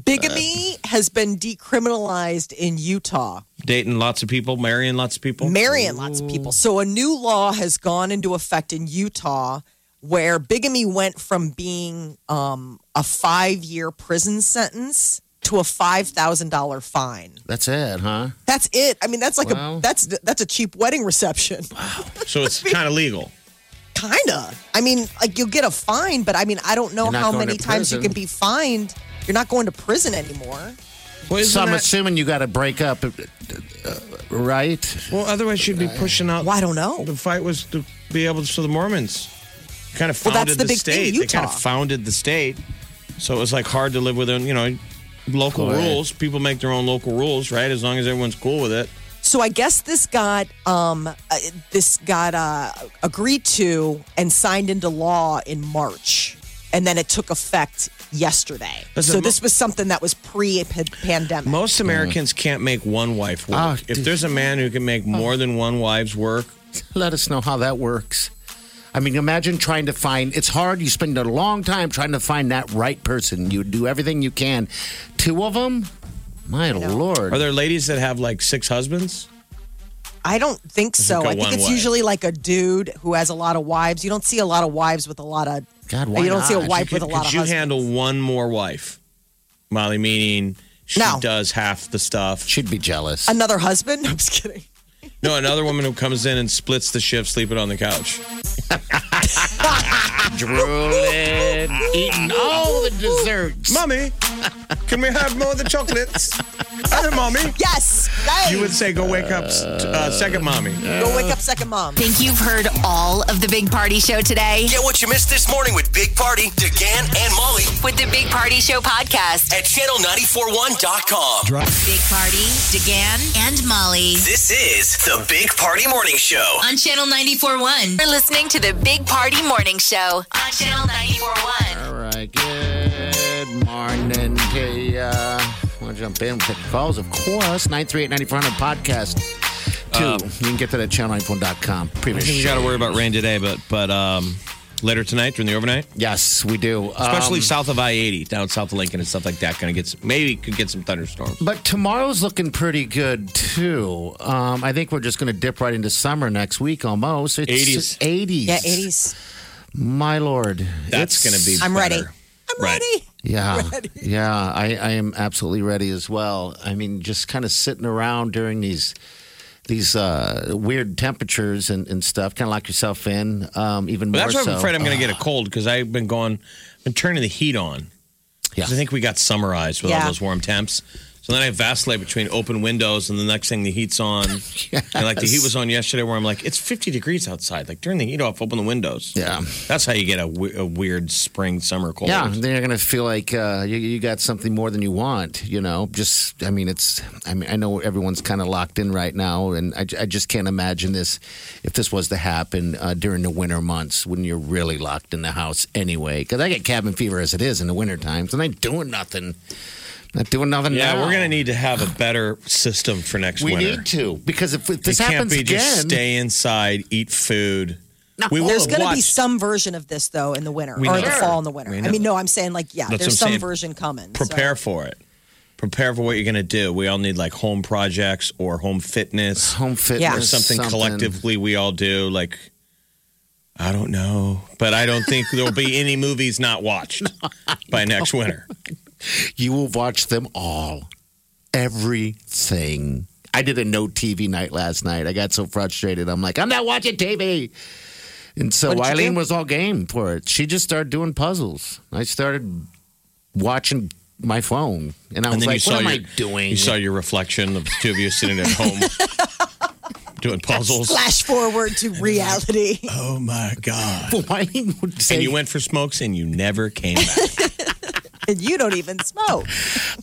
Speaker 3: Bigamy has been decriminalized in Utah.
Speaker 4: Dating lots of people, marrying lots of people.
Speaker 3: marrying lots of people. So a new law has gone into effect in Utah where bigamy went from being um, a five year prison sentence to a five thousand dollar fine.
Speaker 5: That's it, huh?
Speaker 3: That's it. I mean, that's like
Speaker 5: Wow.
Speaker 3: a that's that's a cheap wedding reception,
Speaker 4: So it's kind of legal.
Speaker 3: kinda. I mean, like you'll get a fine, but I mean, I don't know
Speaker 5: You're not
Speaker 3: how
Speaker 5: going
Speaker 3: many
Speaker 5: to
Speaker 3: times you
Speaker 5: prison.
Speaker 3: can be fined. You're not going to prison anymore.
Speaker 4: Well, isn't
Speaker 5: So I'm
Speaker 4: that-
Speaker 5: assuming you got to break up, uh, uh, right?
Speaker 4: well, otherwise you'd be pushing out.
Speaker 3: Well, I don't know.
Speaker 4: The fight was to be able to so the Mormons. Kind of
Speaker 3: Well,
Speaker 4: founded
Speaker 3: that's the
Speaker 4: the,
Speaker 3: big
Speaker 4: state.
Speaker 3: thing,
Speaker 4: They kind of
Speaker 3: Utah.
Speaker 4: founded the state, so it was like hard to live within. You know, local
Speaker 5: Correct.
Speaker 4: rules. People make their own local rules, right? As long as everyone's cool with it.
Speaker 3: So I guess this got um, uh, this got uh, agreed to and signed into law in March, and then it took effect yesterday.
Speaker 4: Listen,
Speaker 3: so
Speaker 4: mo-
Speaker 3: this was something that was pre-pandemic.
Speaker 4: Most Americans can't make one wife work.
Speaker 5: Uh-huh. Ah,
Speaker 4: if
Speaker 5: dude.
Speaker 4: there's a man who can make more than one wives work,
Speaker 5: Let us know how that works. I mean, imagine trying to find, it's hard. You spend a long time trying to find that right person. You do everything you can. Two of them? My lord.
Speaker 4: are there ladies that have like six husbands?
Speaker 3: I don't think so.
Speaker 4: go
Speaker 3: I think
Speaker 4: one
Speaker 3: it's
Speaker 4: way.
Speaker 3: usually like a dude who has a lot of wives. You don't see a lot of wives with a lot of.
Speaker 5: God, why
Speaker 3: you don't see a
Speaker 5: not?
Speaker 3: wife
Speaker 4: Could,
Speaker 3: with a lot
Speaker 4: could
Speaker 3: of
Speaker 4: you
Speaker 3: husbands.
Speaker 4: handle one more wife, Molly? Meaning she
Speaker 3: No.
Speaker 4: does half the stuff.
Speaker 5: She'd be jealous.
Speaker 3: Another husband? I'm just kidding.
Speaker 4: No, another woman who comes in and splits the shift, sleeping on the couch.
Speaker 5: drooling, eating all the desserts.
Speaker 4: Mommy, can we have more of the chocolates? Other mommy,
Speaker 3: Yes. Yay.
Speaker 4: you would say go wake up uh, second mommy.
Speaker 3: Go wake up, second mom.
Speaker 2: Think you've heard all of the Big Party Show today
Speaker 1: Get what you missed this morning with Big Party, DeGan, and Molly
Speaker 2: with the Big Party Show podcast.
Speaker 1: at channel941.com.
Speaker 2: Big Party, DeGan, and Molly
Speaker 1: This is the Big Party Morning Show.
Speaker 2: on Channel 94.1. You're listening to the Big Party Morning Show on Channel 94.1.
Speaker 5: All right, good morning to you. Want to jump in? We'll take your calls, of course. 938 podcast. Two. you can get that at channel94.com.
Speaker 4: Um, I
Speaker 5: Previous
Speaker 4: think we
Speaker 5: show.
Speaker 4: got to worry about rain today, but but um, later tonight during the overnight,
Speaker 5: Yes, we do.
Speaker 4: especially
Speaker 5: Um,
Speaker 4: south of I eighty, down south of Lincoln and stuff like that, going to get some, maybe could get some thunderstorms.
Speaker 5: but tomorrow's looking pretty good, too. Um, I think we're just going to dip right into summer next week almost. It's
Speaker 4: 80s.
Speaker 5: 80s.
Speaker 3: Yeah, 80s.
Speaker 5: My lord.
Speaker 4: That's
Speaker 5: It's-
Speaker 4: going to be.
Speaker 3: I'm ready.
Speaker 4: better.
Speaker 3: I'm
Speaker 4: Right.
Speaker 3: ready.
Speaker 5: Yeah, yeah, I, I am absolutely ready as well. I mean, just kind of sitting around during these these uh, weird temperatures and, and stuff, kind of lock yourself in um, even
Speaker 4: But
Speaker 5: more.
Speaker 4: that's why I'm
Speaker 5: so. Uh,
Speaker 4: afraid I'm going to get a cold because I've been going, been turning the heat on. 'Cause
Speaker 5: Yeah.
Speaker 4: I think we got summarized with all
Speaker 3: Yeah.
Speaker 4: those warm temps. So then I vacillate between open windows, and the next thing the heat's on. And like the heat was on yesterday, where I'm like, it's 50 degrees outside. Like turn the heat off, open the windows.
Speaker 5: Yeah.
Speaker 4: that's how you get a, we- a weird spring summer cold.
Speaker 5: Yeah, then you're gonna feel like uh, you, you got something more than you want. You know, just I mean, it's I mean, I know everyone's kind of locked in right now, and I, I just can't imagine this if this was to happen uh, during the winter months when you're really locked in the house anyway. Because I get cabin fever as it is in the winter times, and I ain't doing nothing. Not doing nothing.
Speaker 4: Yeah,
Speaker 5: now.
Speaker 4: we're gonna need to have a better system for next
Speaker 5: We
Speaker 4: winter.
Speaker 5: need to because if, if
Speaker 4: It
Speaker 5: this
Speaker 4: can't
Speaker 5: happens
Speaker 4: be
Speaker 5: again,
Speaker 4: just stay inside, eat food.
Speaker 5: No.
Speaker 4: We will
Speaker 3: There's going to be
Speaker 4: watch-
Speaker 3: some version of this though in the winter
Speaker 4: We
Speaker 3: or
Speaker 4: know.
Speaker 3: the fall and the winter.
Speaker 4: We
Speaker 3: I mean,
Speaker 4: know.
Speaker 3: no, I'm saying like yeah,
Speaker 4: That's
Speaker 3: there's
Speaker 4: what
Speaker 3: some
Speaker 4: I'm saying.
Speaker 3: version coming. so-
Speaker 4: prepare for it. Prepare for what you're going to do. We all need like home projects or home fitness
Speaker 5: home fitness
Speaker 3: Yeah.
Speaker 4: or something,
Speaker 5: something.
Speaker 4: collectively we all do. Like, I don't know, but I don't think there'll be any movies not watched by next winter.
Speaker 5: You will watch them all. Everything. I did a no TV night last night. I got so frustrated. I'm like, I'm not watching TV. And so
Speaker 3: What did you
Speaker 5: Eileen
Speaker 3: do?
Speaker 5: was all game for it. She just started doing puzzles. I started watching my phone. And I
Speaker 4: And
Speaker 5: was
Speaker 4: then
Speaker 5: like,
Speaker 4: you saw
Speaker 5: what am
Speaker 4: your,
Speaker 5: I doing?
Speaker 4: You saw your reflection of the two of you sitting at home doing puzzles.
Speaker 3: Flash forward to reality.
Speaker 4: Oh my god!
Speaker 5: Well, Eileen would say,
Speaker 4: And you went for smokes and you never came back.
Speaker 3: and you don't even smoke.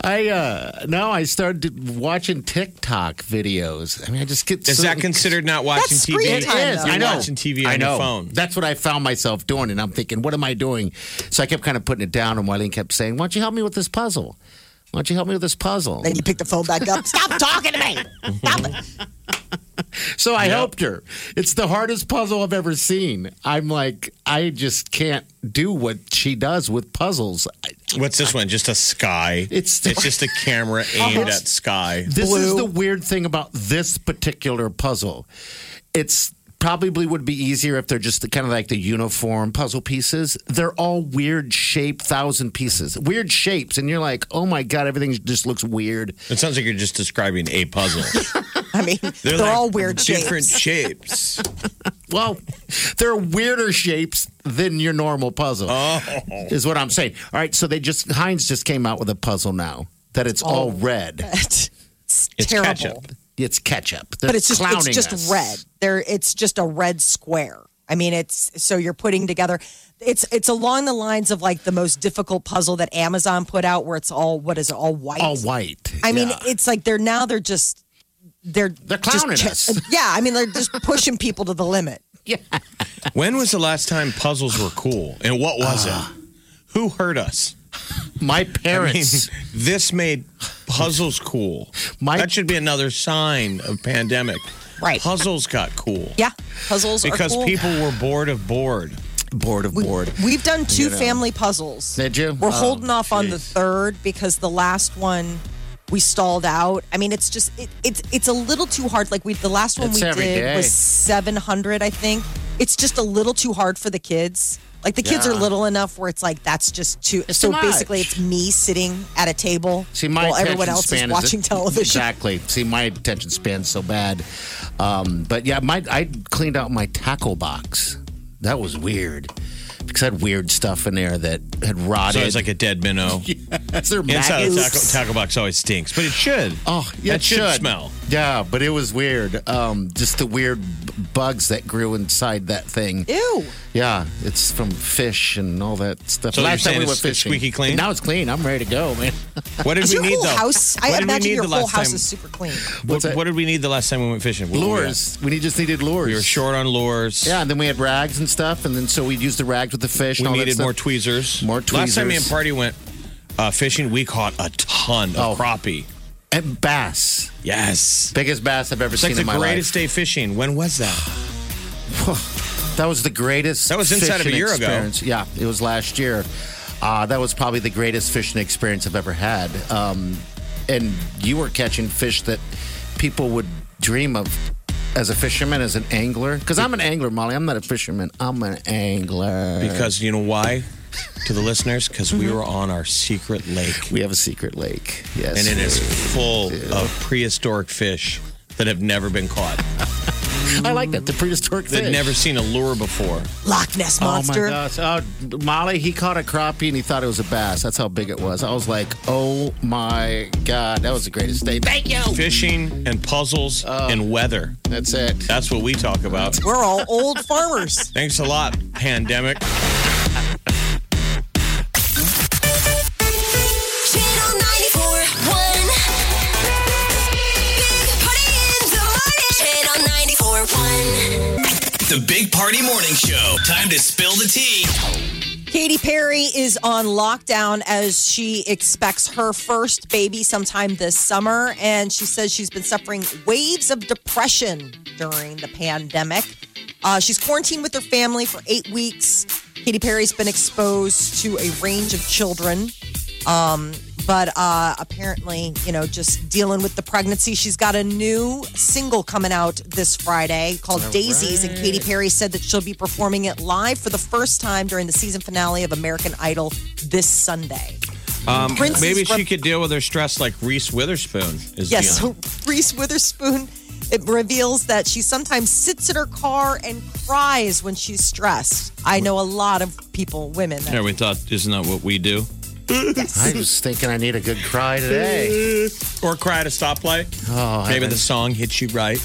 Speaker 5: I uh no, I started watching TikTok videos. I mean, I just get
Speaker 4: Is that
Speaker 5: certain-
Speaker 4: considered not watching
Speaker 3: That's
Speaker 4: TV?
Speaker 3: screen
Speaker 5: It
Speaker 3: time,
Speaker 5: is.
Speaker 3: though.
Speaker 5: I
Speaker 4: You're
Speaker 5: know.
Speaker 4: watching TV on
Speaker 5: I
Speaker 4: your
Speaker 5: know.
Speaker 4: phone.
Speaker 5: That's what I found myself doing, and I'm thinking, what am I doing? So I kept kind of putting it down, and Wileen kept saying, "Why don't you help me with this puzzle? Why don't you help me with this puzzle?"
Speaker 3: Then you pick the phone back up. Stop talking to me. Stop it.
Speaker 5: So I helped her. It's the hardest puzzle I've ever seen. I'm like, I just can't do what she does with puzzles. I-
Speaker 4: What's this one? Just a sky.
Speaker 5: It's-
Speaker 4: it's just a camera aimed at sky.
Speaker 5: This is the weird thing about this particular puzzle. It's probably would be easier if they're just the, kind of like the uniform puzzle pieces. They're all weird shaped thousand pieces, weird shapes, and you're like, oh my god, everything just looks weird.
Speaker 4: It sounds like you're just describing a puzzle.
Speaker 3: I mean, they're,
Speaker 4: like
Speaker 3: all weird
Speaker 4: different
Speaker 3: shapes.
Speaker 4: shapes.
Speaker 5: Well, they're weirder shapes than your normal puzzle.
Speaker 3: Oh.
Speaker 5: Is what I'm saying. All right, so they just Heinz just came out with a puzzle now that
Speaker 3: Oh.
Speaker 5: it's all red.
Speaker 3: it's
Speaker 4: It's
Speaker 3: terrible.
Speaker 4: ketchup.
Speaker 5: It's ketchup. They're
Speaker 3: But it's just it's
Speaker 5: clowning
Speaker 3: just
Speaker 5: us.
Speaker 3: red. There it's just a red square. I mean, it's so you're putting together it's it's along the lines of like the most difficult puzzle that Amazon put out where it's all what is it, all white.
Speaker 5: all white.
Speaker 3: I mean,
Speaker 5: Yeah.
Speaker 3: it's like they're now they're just they're
Speaker 5: They're
Speaker 3: just
Speaker 5: clowning
Speaker 3: ch-
Speaker 5: us.
Speaker 3: Yeah, I mean they're just pushing people to the limit.
Speaker 4: When was the last time puzzles were cool? And what was
Speaker 3: Uh.
Speaker 4: it? Who hurt us?
Speaker 5: my
Speaker 4: I mean,
Speaker 5: parents.
Speaker 4: this made puzzles cool.
Speaker 5: My-
Speaker 4: that should be another sign of pandemic.
Speaker 3: Right.
Speaker 4: Puzzles got cool.
Speaker 3: Yeah, puzzles
Speaker 4: Because
Speaker 3: are cool.
Speaker 4: people were bored of bored.
Speaker 5: board of board.
Speaker 3: We've done two family puzzles.
Speaker 5: Did you?
Speaker 3: We're
Speaker 5: Oh,
Speaker 3: holding off on the
Speaker 5: jeez.
Speaker 3: third because the last one we stalled out. I mean, it's just it, it's it's a little too hard. Like we the last one
Speaker 5: It's
Speaker 3: we
Speaker 5: every
Speaker 3: did
Speaker 5: day.
Speaker 3: was seven hundred, I think. It's just a little too hard for the kids. Like the kids are
Speaker 5: Yeah.
Speaker 3: little enough where it's like that's just too.
Speaker 5: It's
Speaker 3: so
Speaker 5: too much.
Speaker 3: basically, it's me sitting at a table
Speaker 5: See, my
Speaker 3: while
Speaker 5: attention
Speaker 3: everyone else
Speaker 5: span
Speaker 3: is watching television.
Speaker 5: Exactly. See, my attention span's so bad. Um, but yeah, my I cleaned out my tackle box. That was weird because I had weird stuff in there that had rotted.
Speaker 4: So it's like a dead minnow.
Speaker 5: They're
Speaker 4: Inside the
Speaker 5: maggots.
Speaker 4: taco, taco box always stinks, but it should.
Speaker 5: Oh, yeah,
Speaker 4: That
Speaker 5: it
Speaker 4: should smell.
Speaker 5: Yeah, but it was weird. Um, just the weird b- bugs that grew inside that thing.
Speaker 3: Ew.
Speaker 5: Yeah, it's from fish and all that stuff.
Speaker 4: So you're
Speaker 5: Last time
Speaker 4: saying
Speaker 5: we were
Speaker 4: it's- it's
Speaker 5: fishing,
Speaker 4: squeaky clean?
Speaker 5: Now it's clean. I'm ready to go, man.
Speaker 4: What did
Speaker 3: Is
Speaker 4: we
Speaker 3: your
Speaker 4: need
Speaker 3: whole
Speaker 4: though?
Speaker 3: house?
Speaker 4: What
Speaker 3: I
Speaker 4: did we
Speaker 3: imagine
Speaker 4: need
Speaker 3: your
Speaker 4: the
Speaker 3: whole
Speaker 4: last
Speaker 3: house
Speaker 4: time?
Speaker 3: is super clean.
Speaker 4: What,
Speaker 5: What's that?
Speaker 4: what did we need the last time we went fishing? What were we at?
Speaker 5: Lures. We need- just needed lures.
Speaker 4: We were short on lures.
Speaker 5: Yeah, and then we had rags and stuff, and then so we'd use the rags with the fish.
Speaker 4: We
Speaker 5: and all
Speaker 4: needed
Speaker 5: that
Speaker 4: more
Speaker 5: stuff.
Speaker 4: tweezers.
Speaker 5: More
Speaker 4: Last time me and
Speaker 5: tweezers.
Speaker 4: Party went uh, fishing, we caught a ton of
Speaker 5: Oh.
Speaker 4: crappie.
Speaker 5: and bass.
Speaker 4: Yes.
Speaker 5: Biggest bass I've ever
Speaker 4: It's
Speaker 5: seen
Speaker 4: like the
Speaker 5: in my
Speaker 4: greatest day fishing. When was that?
Speaker 5: life. That was the greatest.
Speaker 4: That was inside of a
Speaker 5: fishing
Speaker 4: year ago.
Speaker 5: experience. Yeah, it was last year. Uh, that was probably the greatest fishing experience I've ever had. Um, and you were catching fish that people would dream of as a fisherman, as an angler. Because I'm an angler, Molly. I'm not a fisherman. I'm an angler.
Speaker 4: Because you know why? to the listeners, because we
Speaker 5: Mm-hmm.
Speaker 4: were on our secret lake,
Speaker 5: we have a secret lake. Yes,
Speaker 4: and it is full of prehistoric fish that have never been caught.
Speaker 5: I like that. The prehistoric fish.
Speaker 4: They'd never seen a lure before.
Speaker 3: Loch Ness monster.
Speaker 5: Oh my gosh. Oh, Molly, he caught a crappie and he thought it was a bass. That's how big it was. I was like, oh my God. That was the greatest day. Thank you.
Speaker 4: Fishing and puzzles
Speaker 5: Oh.
Speaker 4: and weather.
Speaker 5: That's it.
Speaker 4: That's what we talk about.
Speaker 3: We're all old farmers.
Speaker 4: Thanks a lot, pandemic.
Speaker 2: Channel 94.1. Big Party in the morning. Channel 94.1.
Speaker 1: The Big Party Morning Show. Time to spill the tea.
Speaker 3: Katy Perry is on lockdown as she expects her first baby sometime this summer. And she says she's been suffering waves of depression during the pandemic. Uh, she's quarantined with her family for eight weeks. Katy Perry's been exposed to a range of children. Um, but uh, apparently, you know, just dealing with the pregnancy. She's got a new single coming out this Friday called Daisies, and Katy Perry said that she'll be performing it live for the first time during the season finale of American Idol this Sunday.
Speaker 4: Um,
Speaker 3: Prince's
Speaker 4: maybe she
Speaker 3: rep-
Speaker 4: could deal with her stress like Reese Witherspoon is
Speaker 3: Yes,
Speaker 4: doing.
Speaker 3: so Reese Witherspoon it reveals that she sometimes sits in her car and cries when she's stressed. I know a lot of people, women. That,
Speaker 4: Yeah, we thought, isn't that what we do?
Speaker 5: I was thinking I need a good cry today.
Speaker 4: Or cry at a stoplight.
Speaker 5: Oh, I
Speaker 4: Maybe the
Speaker 5: haven't-
Speaker 4: song hits you right.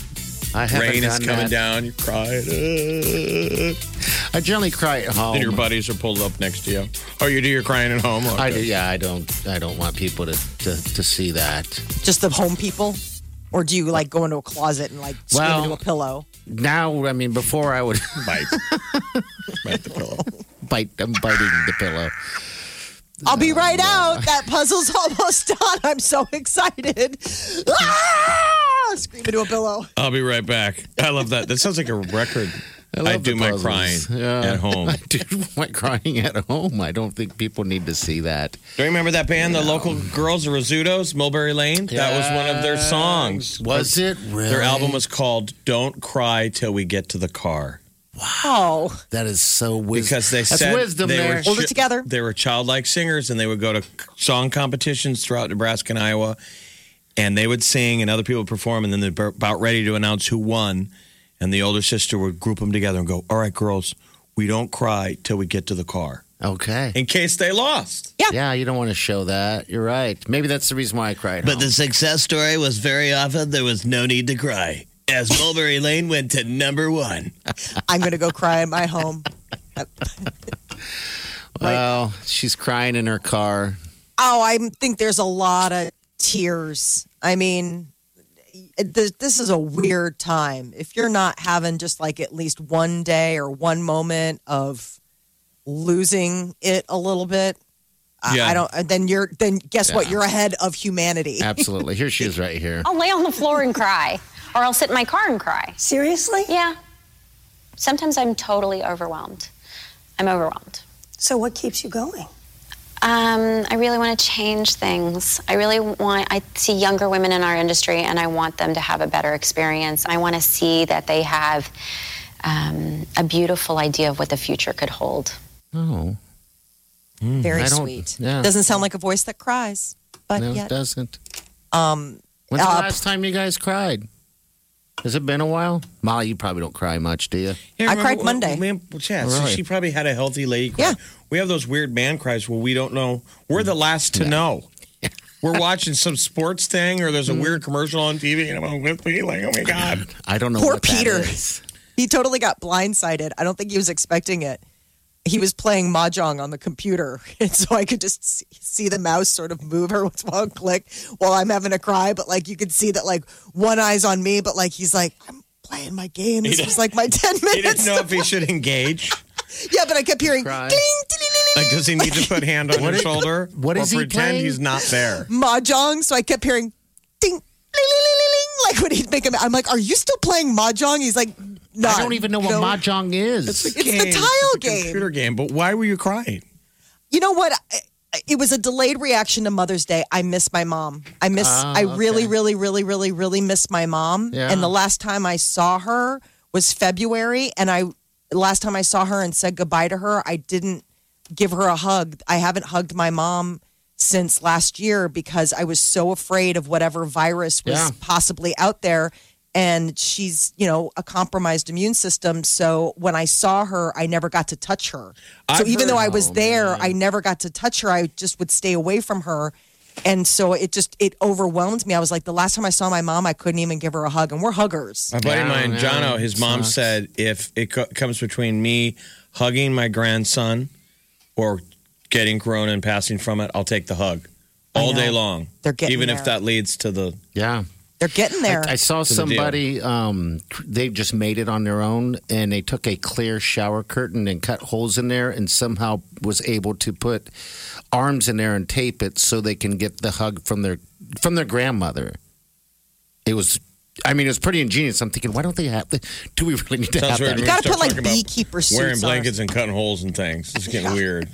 Speaker 5: I haven't
Speaker 4: Rain is
Speaker 5: done
Speaker 4: coming
Speaker 5: that.
Speaker 4: down. You're crying. Uh,
Speaker 5: I generally cry at home.
Speaker 4: And your buddies are pulled up next to you. Oh, you do your crying at home?
Speaker 5: I do,
Speaker 4: Okay.
Speaker 5: yeah, I don't. I don't want people to to, to see that.
Speaker 3: Just the home people? Or do you like go into a closet and like scream
Speaker 5: Well-
Speaker 3: into a pillow?
Speaker 5: Now, I mean, before I would
Speaker 4: Bite. Bite the pillow.
Speaker 5: bite. I'm biting the pillow.
Speaker 3: I'll be right out. That puzzle's almost done. I'm so excited. Ah! Scream into a pillow.
Speaker 4: I'll be right back. I love that. That sounds like a record. I,
Speaker 5: love
Speaker 4: do
Speaker 5: the
Speaker 4: my
Speaker 5: puzzles.
Speaker 4: crying
Speaker 5: Yeah.
Speaker 4: at home.
Speaker 5: I do my crying at home. I don't think people need to see that.
Speaker 4: Do you remember that band, the local girls, the Rizzutos, Mulberry Lane? That was one of their songs.
Speaker 5: Was it really?
Speaker 4: Their album was called "Don't Cry Till We Get to the Car"
Speaker 3: Oh,
Speaker 5: That is so wisdom.
Speaker 4: because they
Speaker 5: That's
Speaker 4: said
Speaker 5: wisdom
Speaker 4: they
Speaker 5: there.
Speaker 4: were
Speaker 3: Hold it
Speaker 4: chi-
Speaker 3: together.
Speaker 4: They were childlike singers, and they would go to song competitions throughout Nebraska and Iowa, and they would sing, and other people would perform, and then they're about ready to announce who won, and the older sister would group them together and go, "All right, girls, we don't cry till we get to the car,"
Speaker 5: okay.
Speaker 4: in case they lost.
Speaker 5: Yeah, you don't want to show that. You're right. Maybe that's the reason why I cried.
Speaker 4: But the success story was very often there was no need to cry, as Mulberry Lane went to number one.
Speaker 3: I'm going to go cry in my home.
Speaker 5: well, she's crying in her car.
Speaker 3: Oh, I think there's a lot of tears. I mean, it- this this is a weird time. If you're not having just like at least one day or one moment of losing it a little bit, I-
Speaker 4: Yeah.
Speaker 3: I don't. Then you're then guess what? You're ahead of humanity.
Speaker 5: Absolutely. Here she is, right here.
Speaker 10: I'll lay on the floor and cry, or I'll sit in my car and cry.
Speaker 11: Seriously?
Speaker 10: Yeah. Sometimes I'm totally overwhelmed. I'm overwhelmed.
Speaker 11: So what keeps you going?
Speaker 10: Um, I really want to change things. I really want, I see younger women in our industry and I want them to have a better experience. I want to see that they have um, a beautiful idea of what the future could hold.
Speaker 5: Oh,
Speaker 3: Very
Speaker 5: I don't-
Speaker 3: sweet.
Speaker 5: yeah.
Speaker 3: Doesn't sound like a voice that cries, but
Speaker 5: no, it
Speaker 3: yet,
Speaker 5: doesn't.
Speaker 3: um,
Speaker 5: When's the
Speaker 3: Uh,
Speaker 5: last time you guys cried? Has it been a while? Molly, you probably don't cry much, do you?
Speaker 3: I cried Monday.
Speaker 4: Man, well, yeah, so
Speaker 5: Really?
Speaker 4: she probably had a healthy lady cry.
Speaker 3: Yeah.
Speaker 4: We have those weird man cries where we don't know. We're the last to know. We're watching some sports thing or there's a weird commercial on TV and I'm with me like, oh my God.
Speaker 5: I don't know.
Speaker 3: Poor
Speaker 5: what that
Speaker 3: Peter.
Speaker 5: is.
Speaker 3: he totally got blindsided. I don't think he was expecting it. He was playing mahjong on the computer, and so I could just see, see the mouse sort of move her with one click while I'm having a cry. But like you could see that like one eye's on me, but like he's like I'm playing my game. This was like my ten
Speaker 4: He didn't
Speaker 3: minutes.
Speaker 4: know if he should engage.
Speaker 3: yeah, but I kept hearing
Speaker 5: Cry.
Speaker 3: ding, ding, ding, ding,
Speaker 4: Like, does he need to put hand on his shoulder?
Speaker 5: what
Speaker 4: or
Speaker 5: is he
Speaker 4: pretend
Speaker 5: playing?
Speaker 4: he's not there?
Speaker 3: ding, mahjong. So I kept hearing ding, ding, ding, ding, ding, like when he'd make him. I'm like, are you still playing mahjong? He's like, no,
Speaker 5: I don't even know what
Speaker 3: No.
Speaker 5: mahjong is.
Speaker 3: It's the
Speaker 4: Game.
Speaker 3: tile
Speaker 4: It's a
Speaker 3: game.
Speaker 4: Computer game. But why were you crying?
Speaker 3: you know what I- it was a delayed reaction to mother's day i miss my mom i miss
Speaker 5: Ah,
Speaker 3: i really
Speaker 5: okay.
Speaker 3: really really really really miss my mom
Speaker 5: Yeah.
Speaker 3: and the last time i saw her was february and i last time i saw her and said goodbye to her i didn't give her a hug i haven't hugged my mom since last year because i was so afraid of whatever virus was
Speaker 5: Yeah.
Speaker 3: possibly out there and she's you know a compromised immune system so when i saw her i never got to touch her so
Speaker 4: I've
Speaker 3: even though
Speaker 4: heard-
Speaker 3: I was there,
Speaker 4: Mm.
Speaker 3: I never got to touch her. I just would stay away from her. And so it just it overwhelmed me. I was like, the last time I saw my mom, I couldn't even give her a hug. And we're huggers.
Speaker 4: My buddy of
Speaker 5: Yeah,
Speaker 4: mine,
Speaker 5: yeah,
Speaker 4: Jono, his
Speaker 5: it
Speaker 4: mom
Speaker 5: sucks.
Speaker 4: said if it co- comes between me hugging my grandson or getting corona and passing from it, I'll take the hug all day long.
Speaker 3: They're getting
Speaker 4: even if
Speaker 3: there.
Speaker 4: that leads to the
Speaker 5: yeah.
Speaker 3: They're getting there.
Speaker 5: I saw
Speaker 4: the deal.
Speaker 5: somebody. Um, they just made it on their own, and they took a clear shower curtain and cut holes in there, and somehow was able to put arms in there and tape it so they can get the hug from their from their grandmother. It was, I mean, it was pretty ingenious. I'm thinking, why don't they have? The, do we really need to
Speaker 4: Sounds
Speaker 5: have
Speaker 4: weird.
Speaker 5: that?
Speaker 3: you
Speaker 4: we
Speaker 3: got to
Speaker 4: start
Speaker 3: put like
Speaker 4: talking about
Speaker 3: beekeeper suits
Speaker 4: wearing blankets
Speaker 3: on.
Speaker 4: and cutting holes and things. It's getting weird.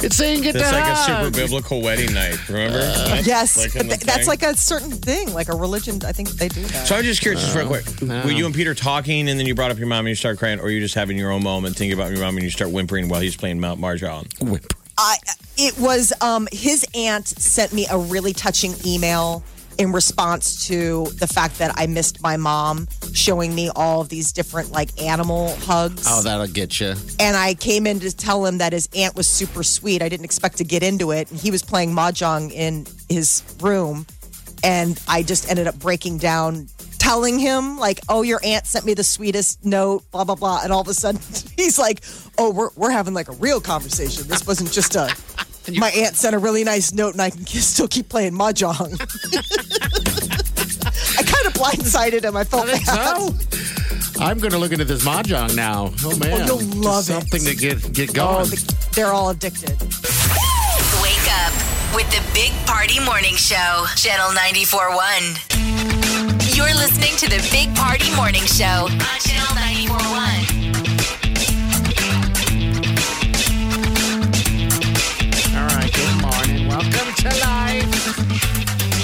Speaker 5: It's saying get the
Speaker 4: It's like a super
Speaker 5: hug.
Speaker 4: biblical wedding night. Remember? That's
Speaker 3: Yes,
Speaker 4: like in the
Speaker 3: Th- that's
Speaker 4: thing.
Speaker 3: like a certain thing, like a religion. I think they do that.
Speaker 4: So I'm just curious, just real quick. Were you and Peter talking, and then you brought up your mom and you start crying, or you just having your own moment, thinking about your mom, and you start whimpering while he's playing Mount Marjan?
Speaker 5: Whip.
Speaker 3: I, it was um, his aunt sent me a really touching email in response to the fact that I missed my mom, showing me all of these different like animal hugs.
Speaker 5: Oh, that'll get you.
Speaker 3: and I came in to tell him that his aunt was super sweet. I didn't expect to get into it. And he was playing mahjong in his room, and I just ended up breaking down. telling him like, "Oh, your aunt sent me the sweetest note," blah blah blah, and all of a sudden he's like, "Oh, we're we're having like a real conversation. This wasn't just a." My aunt sent a really nice note, and I can still keep playing mahjong. I kind of blindsided him. I felt
Speaker 5: I think
Speaker 3: bad.
Speaker 5: so. I'm going to look into this mahjong now. Oh man,
Speaker 3: you'll
Speaker 5: Just
Speaker 3: love it.
Speaker 5: something to get get
Speaker 3: Oh,
Speaker 5: going.
Speaker 3: the- they're all addicted.
Speaker 2: Wake up with the Big Party Morning Show, Channel 94.1. You're listening to the Big Party Morning Show on Channel 94.1.
Speaker 5: All right, good morning. Welcome to life.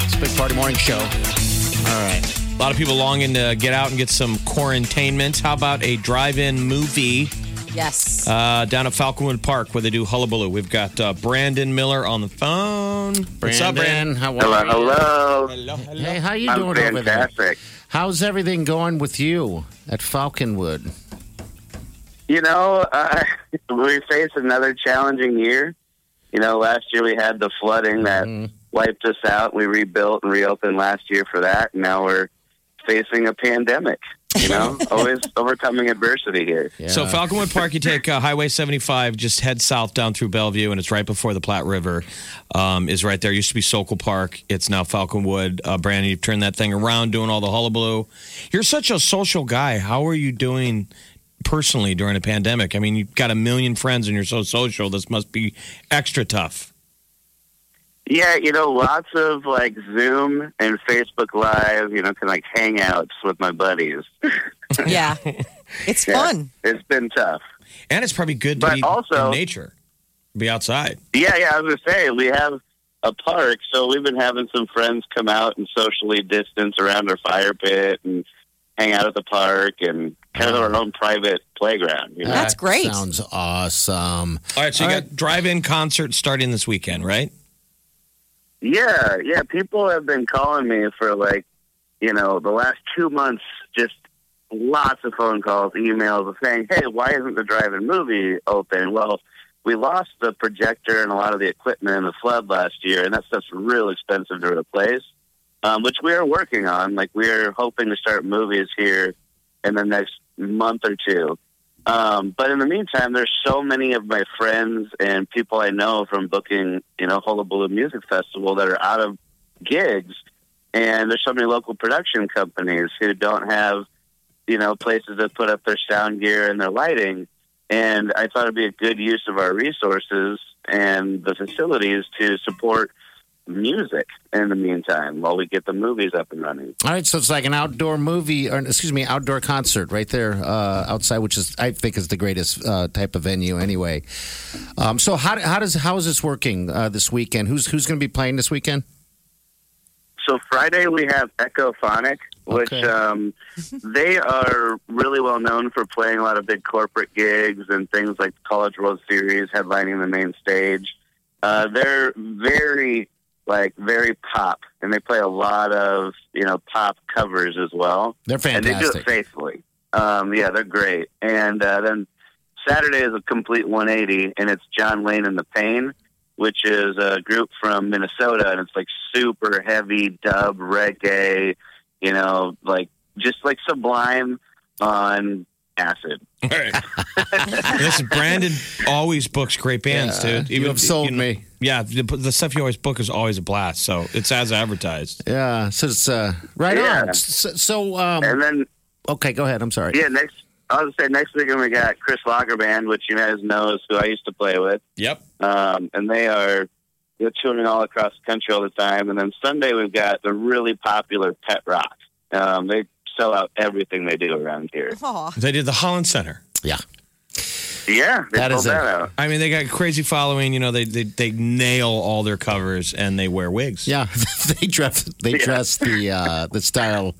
Speaker 5: It's a big party morning show. All right,
Speaker 4: A lot of people longing to get out and get some quarantainment. How about a drive-in movie
Speaker 3: Yes.
Speaker 4: uh, down at Falconwood Park where they do hullabaloo? We've got uh, Brandon Miller on the phone. What's up, Brandon?
Speaker 5: Brandon? How
Speaker 11: Hello,
Speaker 5: are you?
Speaker 11: hello.
Speaker 5: Hey, how you
Speaker 11: I'm
Speaker 5: doing over there?
Speaker 11: fantastic.
Speaker 5: How's everything going with you at Falconwood?
Speaker 11: You know, uh, we face another challenging year. You know, last year we had the flooding that
Speaker 5: Mm-hmm.
Speaker 11: wiped us out. We rebuilt and reopened last year for that. and Now we're facing a pandemic. You know, always overcoming adversity here.
Speaker 4: So Falconwood Park, you take uh, Highway 75, just head south down through Bellevue, and it's right before the Platte River. Um, is right there. Used to be Sokol Park. It's now Falconwood. Uh, Brandon, you've turned that thing around, doing all the hullabaloo. You're such a social guy. How are you doing personally during a pandemic? I mean, you've got a million friends, and you're so social. This must be extra tough.
Speaker 11: Yeah, you know, lots of like Zoom and Facebook Live, you know, kind of like hangouts with my buddies.
Speaker 3: Yeah. It's
Speaker 11: Yeah.
Speaker 3: fun.
Speaker 11: It's been tough.
Speaker 4: And it's probably good to
Speaker 11: But
Speaker 4: be
Speaker 11: also-
Speaker 4: in nature, be outside.
Speaker 11: Yeah, yeah. I was gonna say we have a park, so we've been having some friends come out and socially distance around our fire pit and hang out at the park and kind of our own private playground. You know?
Speaker 3: That's
Speaker 5: That
Speaker 3: great.
Speaker 5: Sounds awesome.
Speaker 4: All right. So you
Speaker 5: All
Speaker 4: got drive-in concerts starting this weekend, right?
Speaker 11: Yeah, yeah. People have been calling me for like, you know, the last two months, just lots of phone calls, emails of saying, hey, why isn't the drive in movie open? Well, we lost the projector and a lot of the equipment in the flood last year, and that stuff's real expensive to replace, um, which we are working on. Like, we are hoping to start movies here in the next month or two. Um, but in the meantime, there's so many of my friends and people I know from booking, you know, Hullabaloo Music Festival that are out of gigs, and there's so many local production companies who don't have, you know, places to put up their sound gear and their lighting. And I thought it'd be a good use of our resources and the facilities to support music in the meantime while we get the movies up and running.
Speaker 5: All right, so it's like an outdoor movie, or excuse me, outdoor concert right there uh, outside, which is I think is the greatest uh, type of venue anyway. Um, so how how does how is this working uh, this weekend? Who's who's going to be playing this weekend?
Speaker 11: So Friday we have Echophonic, which
Speaker 5: Okay.
Speaker 11: um, they are really well known for playing a lot of big corporate gigs and things like the College World Series, headlining the main stage. Uh, they're very like very pop, and they play a lot of you know pop covers as well
Speaker 5: They're fantastic.
Speaker 11: and they do it faithfully. Um, yeah, they're great. And uh, then Saturday is a complete 180, and it's John Wayne and the Pain, which is a group from Minnesota, and it's like super heavy dub reggae, you know, like just like Sublime on acid.
Speaker 4: All right. Listen, Brandon always books great bands,
Speaker 5: Yeah,
Speaker 4: dude.
Speaker 5: you have sold me.
Speaker 4: Yeah, the, the stuff you always book is always a blast. So it's as advertised.
Speaker 5: Yeah, so it's uh, right
Speaker 11: Yeah.
Speaker 5: on. So, so um,
Speaker 11: And then
Speaker 5: okay, go ahead. I'm sorry.
Speaker 11: yeah, next I was gonna say next weekend we got Chris Lagerband, which you guys know is who I used to play with.
Speaker 4: Yep.
Speaker 11: um, and they are they're touring all across the country all the time. And then Sunday we've got the really popular Pet Rock. Um, they sell out everything they do around here.
Speaker 3: Aw.
Speaker 4: They did the Holland Center.
Speaker 5: Yeah.
Speaker 11: Yeah, they
Speaker 5: That
Speaker 11: sold
Speaker 5: is
Speaker 11: that
Speaker 5: a-
Speaker 11: out.
Speaker 4: I mean, they got a crazy following. You know, they, they they nail all their covers and they wear wigs.
Speaker 5: Yeah, they dress they dress the uh, the style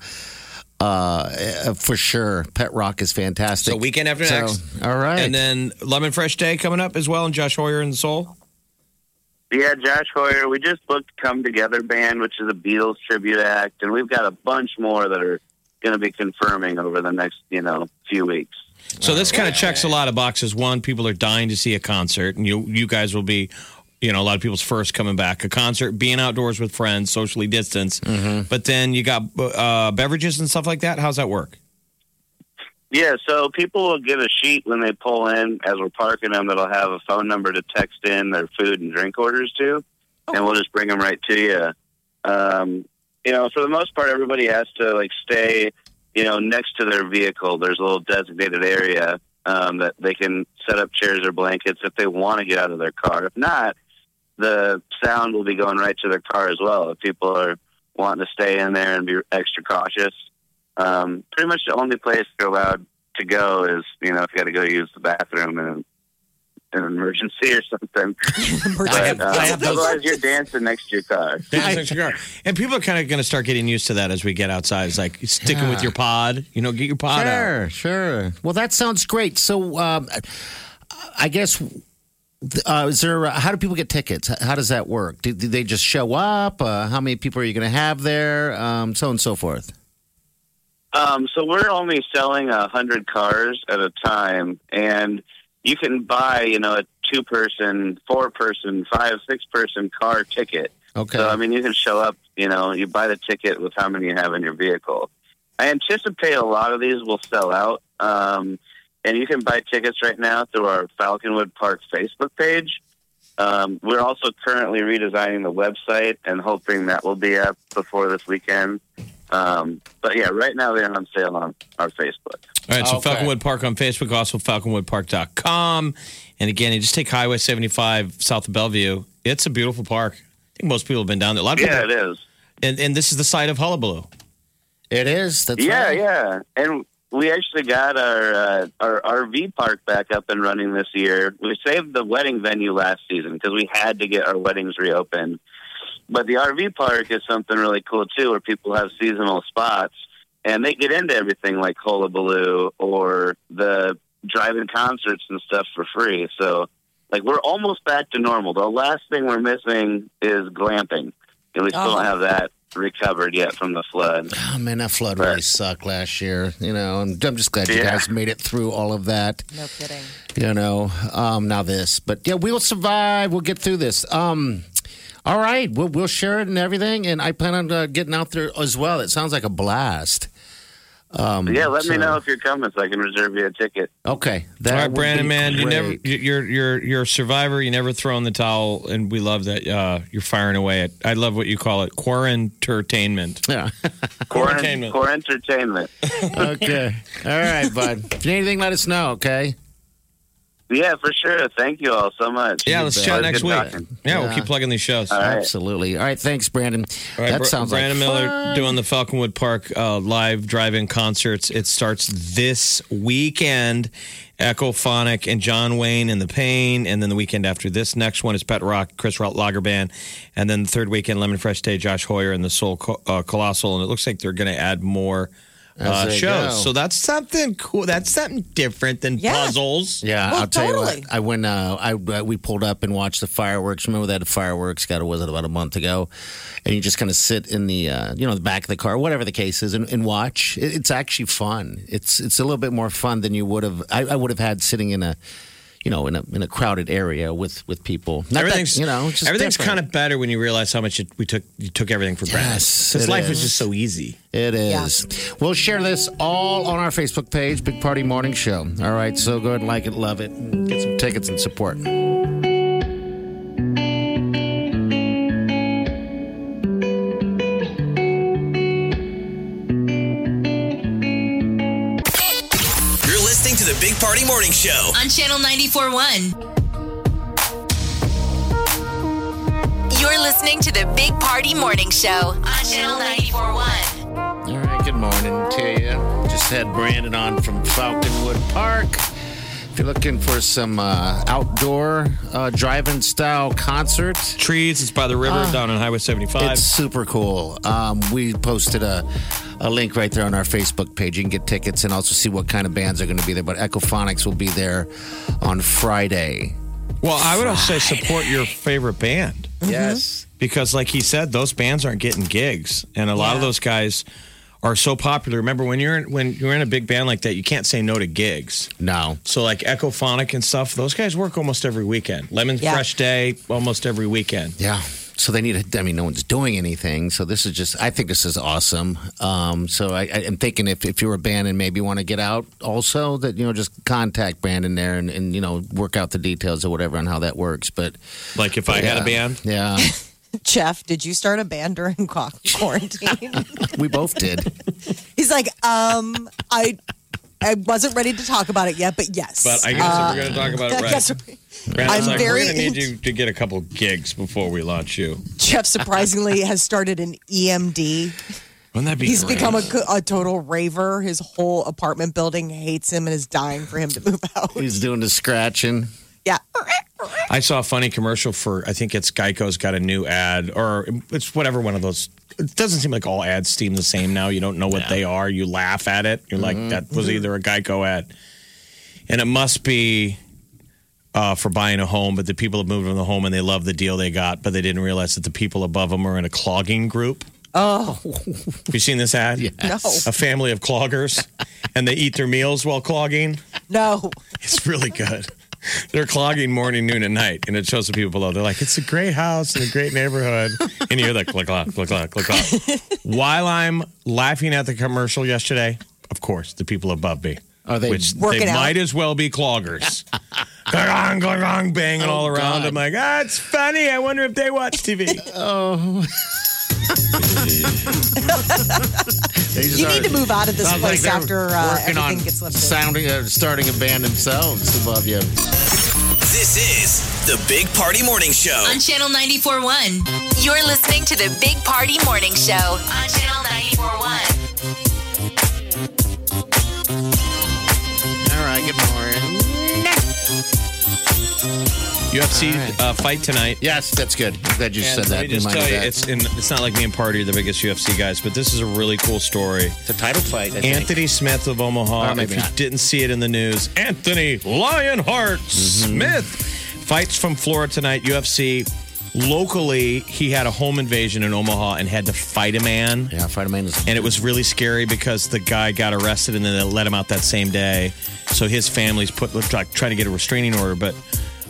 Speaker 5: uh, for sure. Pet Rock is fantastic.
Speaker 4: So weekend after
Speaker 5: So,
Speaker 4: next,
Speaker 5: all right,
Speaker 4: and then Lemon Fresh Day coming up as well, and Josh Hoyer and the Soul.
Speaker 11: Yeah, Josh Hoyer. We just booked Come Together Band, which is a Beatles tribute act, and we've got a bunch more that are going to be confirming over the next you know few weeks.
Speaker 4: So this kind of checks a lot of boxes. One, people are dying to see a concert, and you you guys will be you know, a lot of people's first coming back, a concert, being outdoors with friends, socially distanced.
Speaker 11: Mm-hmm.
Speaker 4: But then you got uh, beverages and stuff like that. How's that work?
Speaker 11: Yeah, so people will get a sheet when they pull in as we're parking them that'll have a phone number to text in their food and drink orders to, and we'll just bring them right to you. Um, you know, for the most part, everybody has to like stay, you know, next to their vehicle. There's a little designated area um, that they can set up chairs or blankets if they want to get out of their car. If not, the sound will be going right to their car as well. If people are wanting to stay in there and be extra cautious, um, pretty much the only place you're allowed to go is you know if you got to go use the bathroom in an emergency or something. but, uh,
Speaker 4: I have those-
Speaker 11: otherwise, you're dancing next to your car.
Speaker 4: Dancing next to your car. And people are kind of going to start getting used to that as we get outside. It's like sticking
Speaker 5: Yeah.
Speaker 4: with your pod. You know, get your pod out.
Speaker 5: Sure, sure. Well, that sounds great. So, um, I guess, uh, is there? How do people get tickets? How does that work? Do, do they just show up? Uh, how many people are you going to have there? Um, so on and so forth.
Speaker 11: Um, so we're only selling a hundred cars at a time, and you can buy, you know, a two-person, four-person, five, six-person car ticket.
Speaker 5: Okay.
Speaker 11: So I mean, you can show up. You know, you buy the ticket with how many you have in your vehicle. I anticipate a lot of these will sell out, um, and you can buy tickets right now through our Falconwood Park Facebook page. Um, we're also currently redesigning the website and hoping that will be up before this weekend. Um, but yeah, right now they're on sale on our Facebook.
Speaker 4: All right, so
Speaker 11: Okay.
Speaker 4: Falconwood Park on Facebook, also falconwoodpark.com. And again, you just take Highway 75 south of Bellevue. It's a beautiful park. I think most people have been down there. A lot of
Speaker 11: Yeah,
Speaker 4: people,
Speaker 11: it is.
Speaker 4: And, and this is the site of Hullabaloo.
Speaker 5: It is.
Speaker 11: yeah, yeah. And we actually got our uh, our RV park back up and running this year. We saved the wedding venue last season because we had to get our weddings reopened. But the RV park is something really cool too, where people have seasonal spots and they get into everything like Hullabaloo or the drive-in concerts and stuff for free. So, like, we're almost back to normal. The last thing we're missing is glamping, and we still don't have that recovered yet from the flood.
Speaker 5: Oh man, that flood really sucked last year. You know, and I'm just glad you
Speaker 11: Yeah.
Speaker 5: guys made it through all of that.
Speaker 3: No kidding.
Speaker 5: You know, um, now this, but yeah, we'll survive. We'll get through this. Um, all right, we'll we'll share it and everything, and I plan on uh, getting out there as well. It sounds like a blast. Um,
Speaker 11: yeah, let me
Speaker 5: so-
Speaker 11: know if you're coming so I can reserve you a ticket.
Speaker 5: Okay,
Speaker 4: All
Speaker 5: that
Speaker 4: right,
Speaker 5: would
Speaker 4: Brandon,
Speaker 5: be
Speaker 4: man, you
Speaker 5: great.
Speaker 4: never you- you're you're you're a survivor. You never throw in the towel, and we love that uh, you're firing away at. I love what you call it, quarantertainment.
Speaker 5: Yeah,
Speaker 11: Core, core entertainment.
Speaker 5: okay. All right, bud. If you need anything, let us know. Okay.
Speaker 11: Yeah, for sure. Thank you all so much.
Speaker 4: Yeah, let's chat next
Speaker 11: Always good
Speaker 4: week.
Speaker 11: talking.
Speaker 4: Yeah, we'll keep plugging these shows.
Speaker 11: All right.
Speaker 5: Absolutely. All right. Thanks, Brandon.
Speaker 4: All right,
Speaker 5: that
Speaker 4: Br-
Speaker 5: sounds
Speaker 4: Brandon
Speaker 5: like
Speaker 4: Miller
Speaker 5: fun.
Speaker 4: doing the Falconwood Park uh, live drive-in concerts. It starts this weekend. Echophonic and John Wayne and the Pain, and then the weekend after this next one is Pet Rock, Chris Rock Lager Band, and then the third weekend Lemon Fresh Day, Josh Hoyer and the Soul Co- uh, Colossal, and it looks like they're going to add more
Speaker 5: As
Speaker 4: uh,
Speaker 5: they
Speaker 4: shows.
Speaker 5: go.
Speaker 4: So that's something cool. That's something different than puzzles.
Speaker 5: Yeah,
Speaker 4: Well,
Speaker 5: I'll tell
Speaker 4: totally.
Speaker 5: you what. I went. Uh, I uh, we pulled up and watched the fireworks. Remember that fireworks? God, it was it about a month ago? And you just kind of sit in the uh, you know the back of the car, whatever the case is, and, and watch. It, it's actually fun. It's it's a little bit more fun than you would have. I, I would have had sitting in a you know in a in a crowded area with with people. Not that,
Speaker 4: everything's
Speaker 5: you know it's just
Speaker 4: everything's
Speaker 5: different.
Speaker 4: kind of better when you realize how much it, we took you took everything for granted.
Speaker 5: Yes,
Speaker 4: Since
Speaker 5: it
Speaker 4: life
Speaker 5: is.
Speaker 4: is just so easy.
Speaker 5: It is. We'll share this all on our Facebook page, Big Party Morning Show. All right, so go ahead and like it, love it, and get some tickets and support.
Speaker 1: You're listening to the Big Party Morning Show.
Speaker 2: On Channel 94.1. You're listening to the Big Party Morning Show. On Channel 94.1.
Speaker 5: All right, good morning to you. Just had Brandon on from Falconwood Park. If you're looking for some uh, outdoor uh, drive-in style concert,
Speaker 4: trees. It's by the river
Speaker 3: Ah.
Speaker 4: down on Highway 75.
Speaker 5: It's super cool. Um, we posted a, a link right there on our Facebook page. You can get tickets and also see what kind of bands are going to be there. But Echophonics will be there on Friday.
Speaker 4: Well, I would also say support your favorite band.
Speaker 5: Yes.
Speaker 4: Because, like he said, those bands aren't getting gigs. And a lot of those guys are so popular. Remember when you're in, when you're in a big band like that, you can't say no to gigs.
Speaker 5: No.
Speaker 4: So like Echophonic and stuff, those guys work almost every weekend. Lemon
Speaker 5: Yeah.
Speaker 4: Fresh Day almost every weekend.
Speaker 5: Yeah. So they need. I mean, no one's doing anything. So this is just. I think this is awesome. Um, so I, I am thinking if, if you're a band and maybe want to get out, also that you know just contact Brandon there and, and you know work out the details or whatever on how that works. But
Speaker 4: like if I had a band?
Speaker 5: yeah,
Speaker 3: Jeff, did you start a band during qu- quarantine?
Speaker 5: we both did.
Speaker 3: He's like, um, I, I wasn't ready to talk about it yet, but yes.
Speaker 4: But I guess if we're
Speaker 3: Uh,
Speaker 4: going to talk about it,
Speaker 3: I
Speaker 4: right?
Speaker 3: guess
Speaker 4: Brandon's
Speaker 3: I'm
Speaker 4: like,
Speaker 3: very
Speaker 4: we're going to need you to get a couple gigs before we launch you.
Speaker 3: Jeff surprisingly has started an EMD.
Speaker 4: Wouldn't that be?
Speaker 3: He's
Speaker 4: great?
Speaker 3: become a, co- a total raver. His whole apartment building hates him and is dying for him to move out.
Speaker 5: He's doing the scratching.
Speaker 3: Yeah.
Speaker 4: I saw a funny commercial for I think it's Geico's got a new ad or it's whatever one of those. It doesn't seem like all ads seem the same now. You don't know what they are. You laugh at it. You're like that was either a Geico ad, and it must be uh, for buying a home. But the people have moved from the home and they love the deal they got, but they didn't realize that the people above them are in a clogging group.
Speaker 3: Oh.
Speaker 4: Have you seen this ad?
Speaker 3: No.
Speaker 4: A family of cloggers, and they eat their meals while clogging.
Speaker 3: No.
Speaker 4: It's really good. They're clogging morning, noon, and night, and it shows the people below. They're like, "It's a great house in a great neighborhood," and you hear that click clock, click clock, click clock. While I'm laughing at the commercial yesterday, of course, the people above me
Speaker 5: Are they
Speaker 4: which
Speaker 5: working
Speaker 4: they
Speaker 5: out?
Speaker 4: might as well be cloggers. Gong, gong, gong, banging all around. I'm like, ah, it's funny. I wonder if they watch TV.
Speaker 5: oh.
Speaker 3: You need to move out of this
Speaker 5: Sounds
Speaker 3: place
Speaker 5: like they're
Speaker 3: after uh,
Speaker 5: working
Speaker 3: everything
Speaker 5: on
Speaker 3: gets lifted.
Speaker 5: sounding, uh, starting a band themselves above you.
Speaker 1: This is the Big Party Morning Show.
Speaker 2: On Channel 94.1, you're listening to the Big Party Morning Show on Channel 94.1.
Speaker 5: All right. Good morning.
Speaker 4: UFC uh, fight tonight.
Speaker 5: Yes, that's good. I'm glad you
Speaker 4: And
Speaker 5: said
Speaker 4: let
Speaker 5: that.
Speaker 4: me just
Speaker 5: reminded
Speaker 4: tell you,
Speaker 5: that.
Speaker 4: it's in, it's not like me and Party are the biggest UFC guys, but this is a really cool story. It's
Speaker 5: a title fight. I think.
Speaker 4: Anthony Smith of Omaha.
Speaker 5: Or
Speaker 4: if
Speaker 5: maybe
Speaker 4: you
Speaker 5: not.
Speaker 4: didn't see it in the news, Anthony Lionheart
Speaker 5: Mm-hmm.
Speaker 4: Smith fights from Florida tonight. UFC. Locally, he had a home invasion in Omaha and had to fight a man.
Speaker 5: Yeah, fight a man. Is-
Speaker 4: and it was really scary because the guy got arrested and then they let him out that same day. So his family's put like trying to get a restraining order, but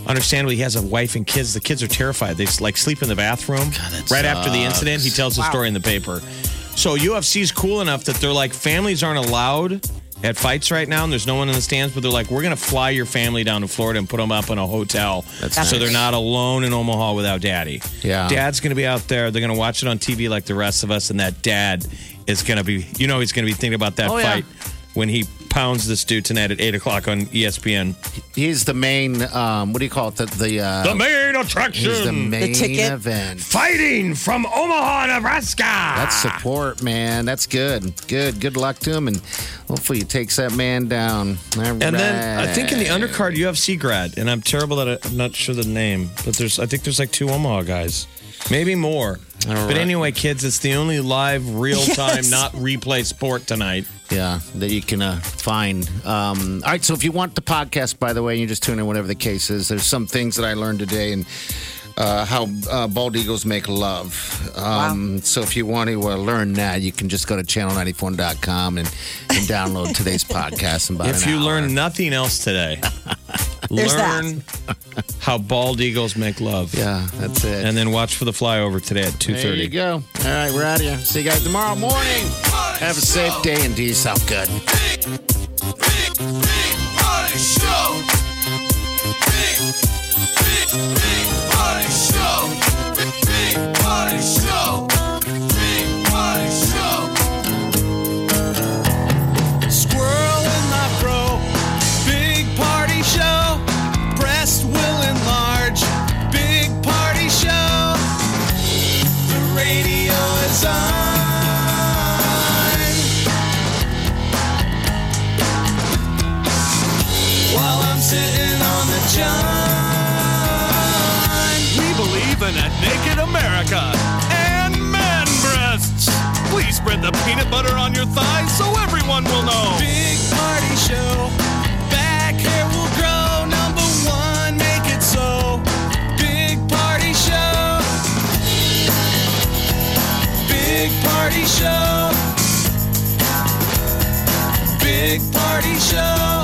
Speaker 4: understandably he has a wife and kids. The kids are terrified. They like sleep in the bathroom. right after the
Speaker 5: sucks.
Speaker 4: incident, he tells the story in the paper. So UFC's cool enough that they're like families aren't allowed at fights right now, and there's no one in the stands. But they're like, we're gonna fly your family down to Florida and put them up in a hotel,
Speaker 5: That's
Speaker 4: so
Speaker 5: nice.
Speaker 4: they're not alone in Omaha without daddy.
Speaker 5: Yeah.
Speaker 4: Dad's going to be out there. They're going to watch it on TV like the rest of us. And that dad is going to be, you know, he's going to be thinking about that
Speaker 5: Oh, yeah.
Speaker 4: fight when he pounds this dude tonight at 8 o'clock on E ESPN.
Speaker 5: he's the main. Um, what do you call it? The the, uh,
Speaker 4: Um, the main attraction.
Speaker 5: He's the main
Speaker 3: ticket.
Speaker 5: event.
Speaker 4: Fighting from Omaha, Nebraska.
Speaker 5: That's support, man. That's good. Good. Good luck to him, and hopefully he takes that man down. All
Speaker 4: And then I think in the
Speaker 5: right.
Speaker 4: undercard UFC grad, and I'm terrible at it, I'm not sure the name, but there's I think there's like two Omaha guys, maybe more.
Speaker 5: All
Speaker 4: But
Speaker 5: right.
Speaker 4: anyway, kids, it's the only live, real time, not replay sport tonight.
Speaker 5: Yeah, that you can uh, find. Um, all right, so if you want the podcast, by the way, you just tune in, whatever the case is. There's some things that I learned today and uh, how uh, bald eagles make love. Um, So if you want to uh, learn that, you can just go to channel94.com and, and download today's podcast. In about
Speaker 4: If
Speaker 5: an
Speaker 4: you
Speaker 5: hour.
Speaker 4: learn nothing else today,
Speaker 3: There's that.
Speaker 4: learn how bald eagles make love.
Speaker 5: yeah, that's it.
Speaker 4: And then watch for the flyover today at
Speaker 5: there you
Speaker 4: 2.30.
Speaker 5: go. All right, we're out of here. See you guys tomorrow morning. Have a safe day and do yourself good.
Speaker 12: Squirrel in my bro. Big party show. Breast will enlarge. Big party show. The radio is on. While I'm sitting on the john. We believe in a naked America and man breasts. Please spread the peanut butter on your thighs so everyone will know. Big party show. Back hair will grow. Number one, make it so. Big party show. Big party show. Big Party Show.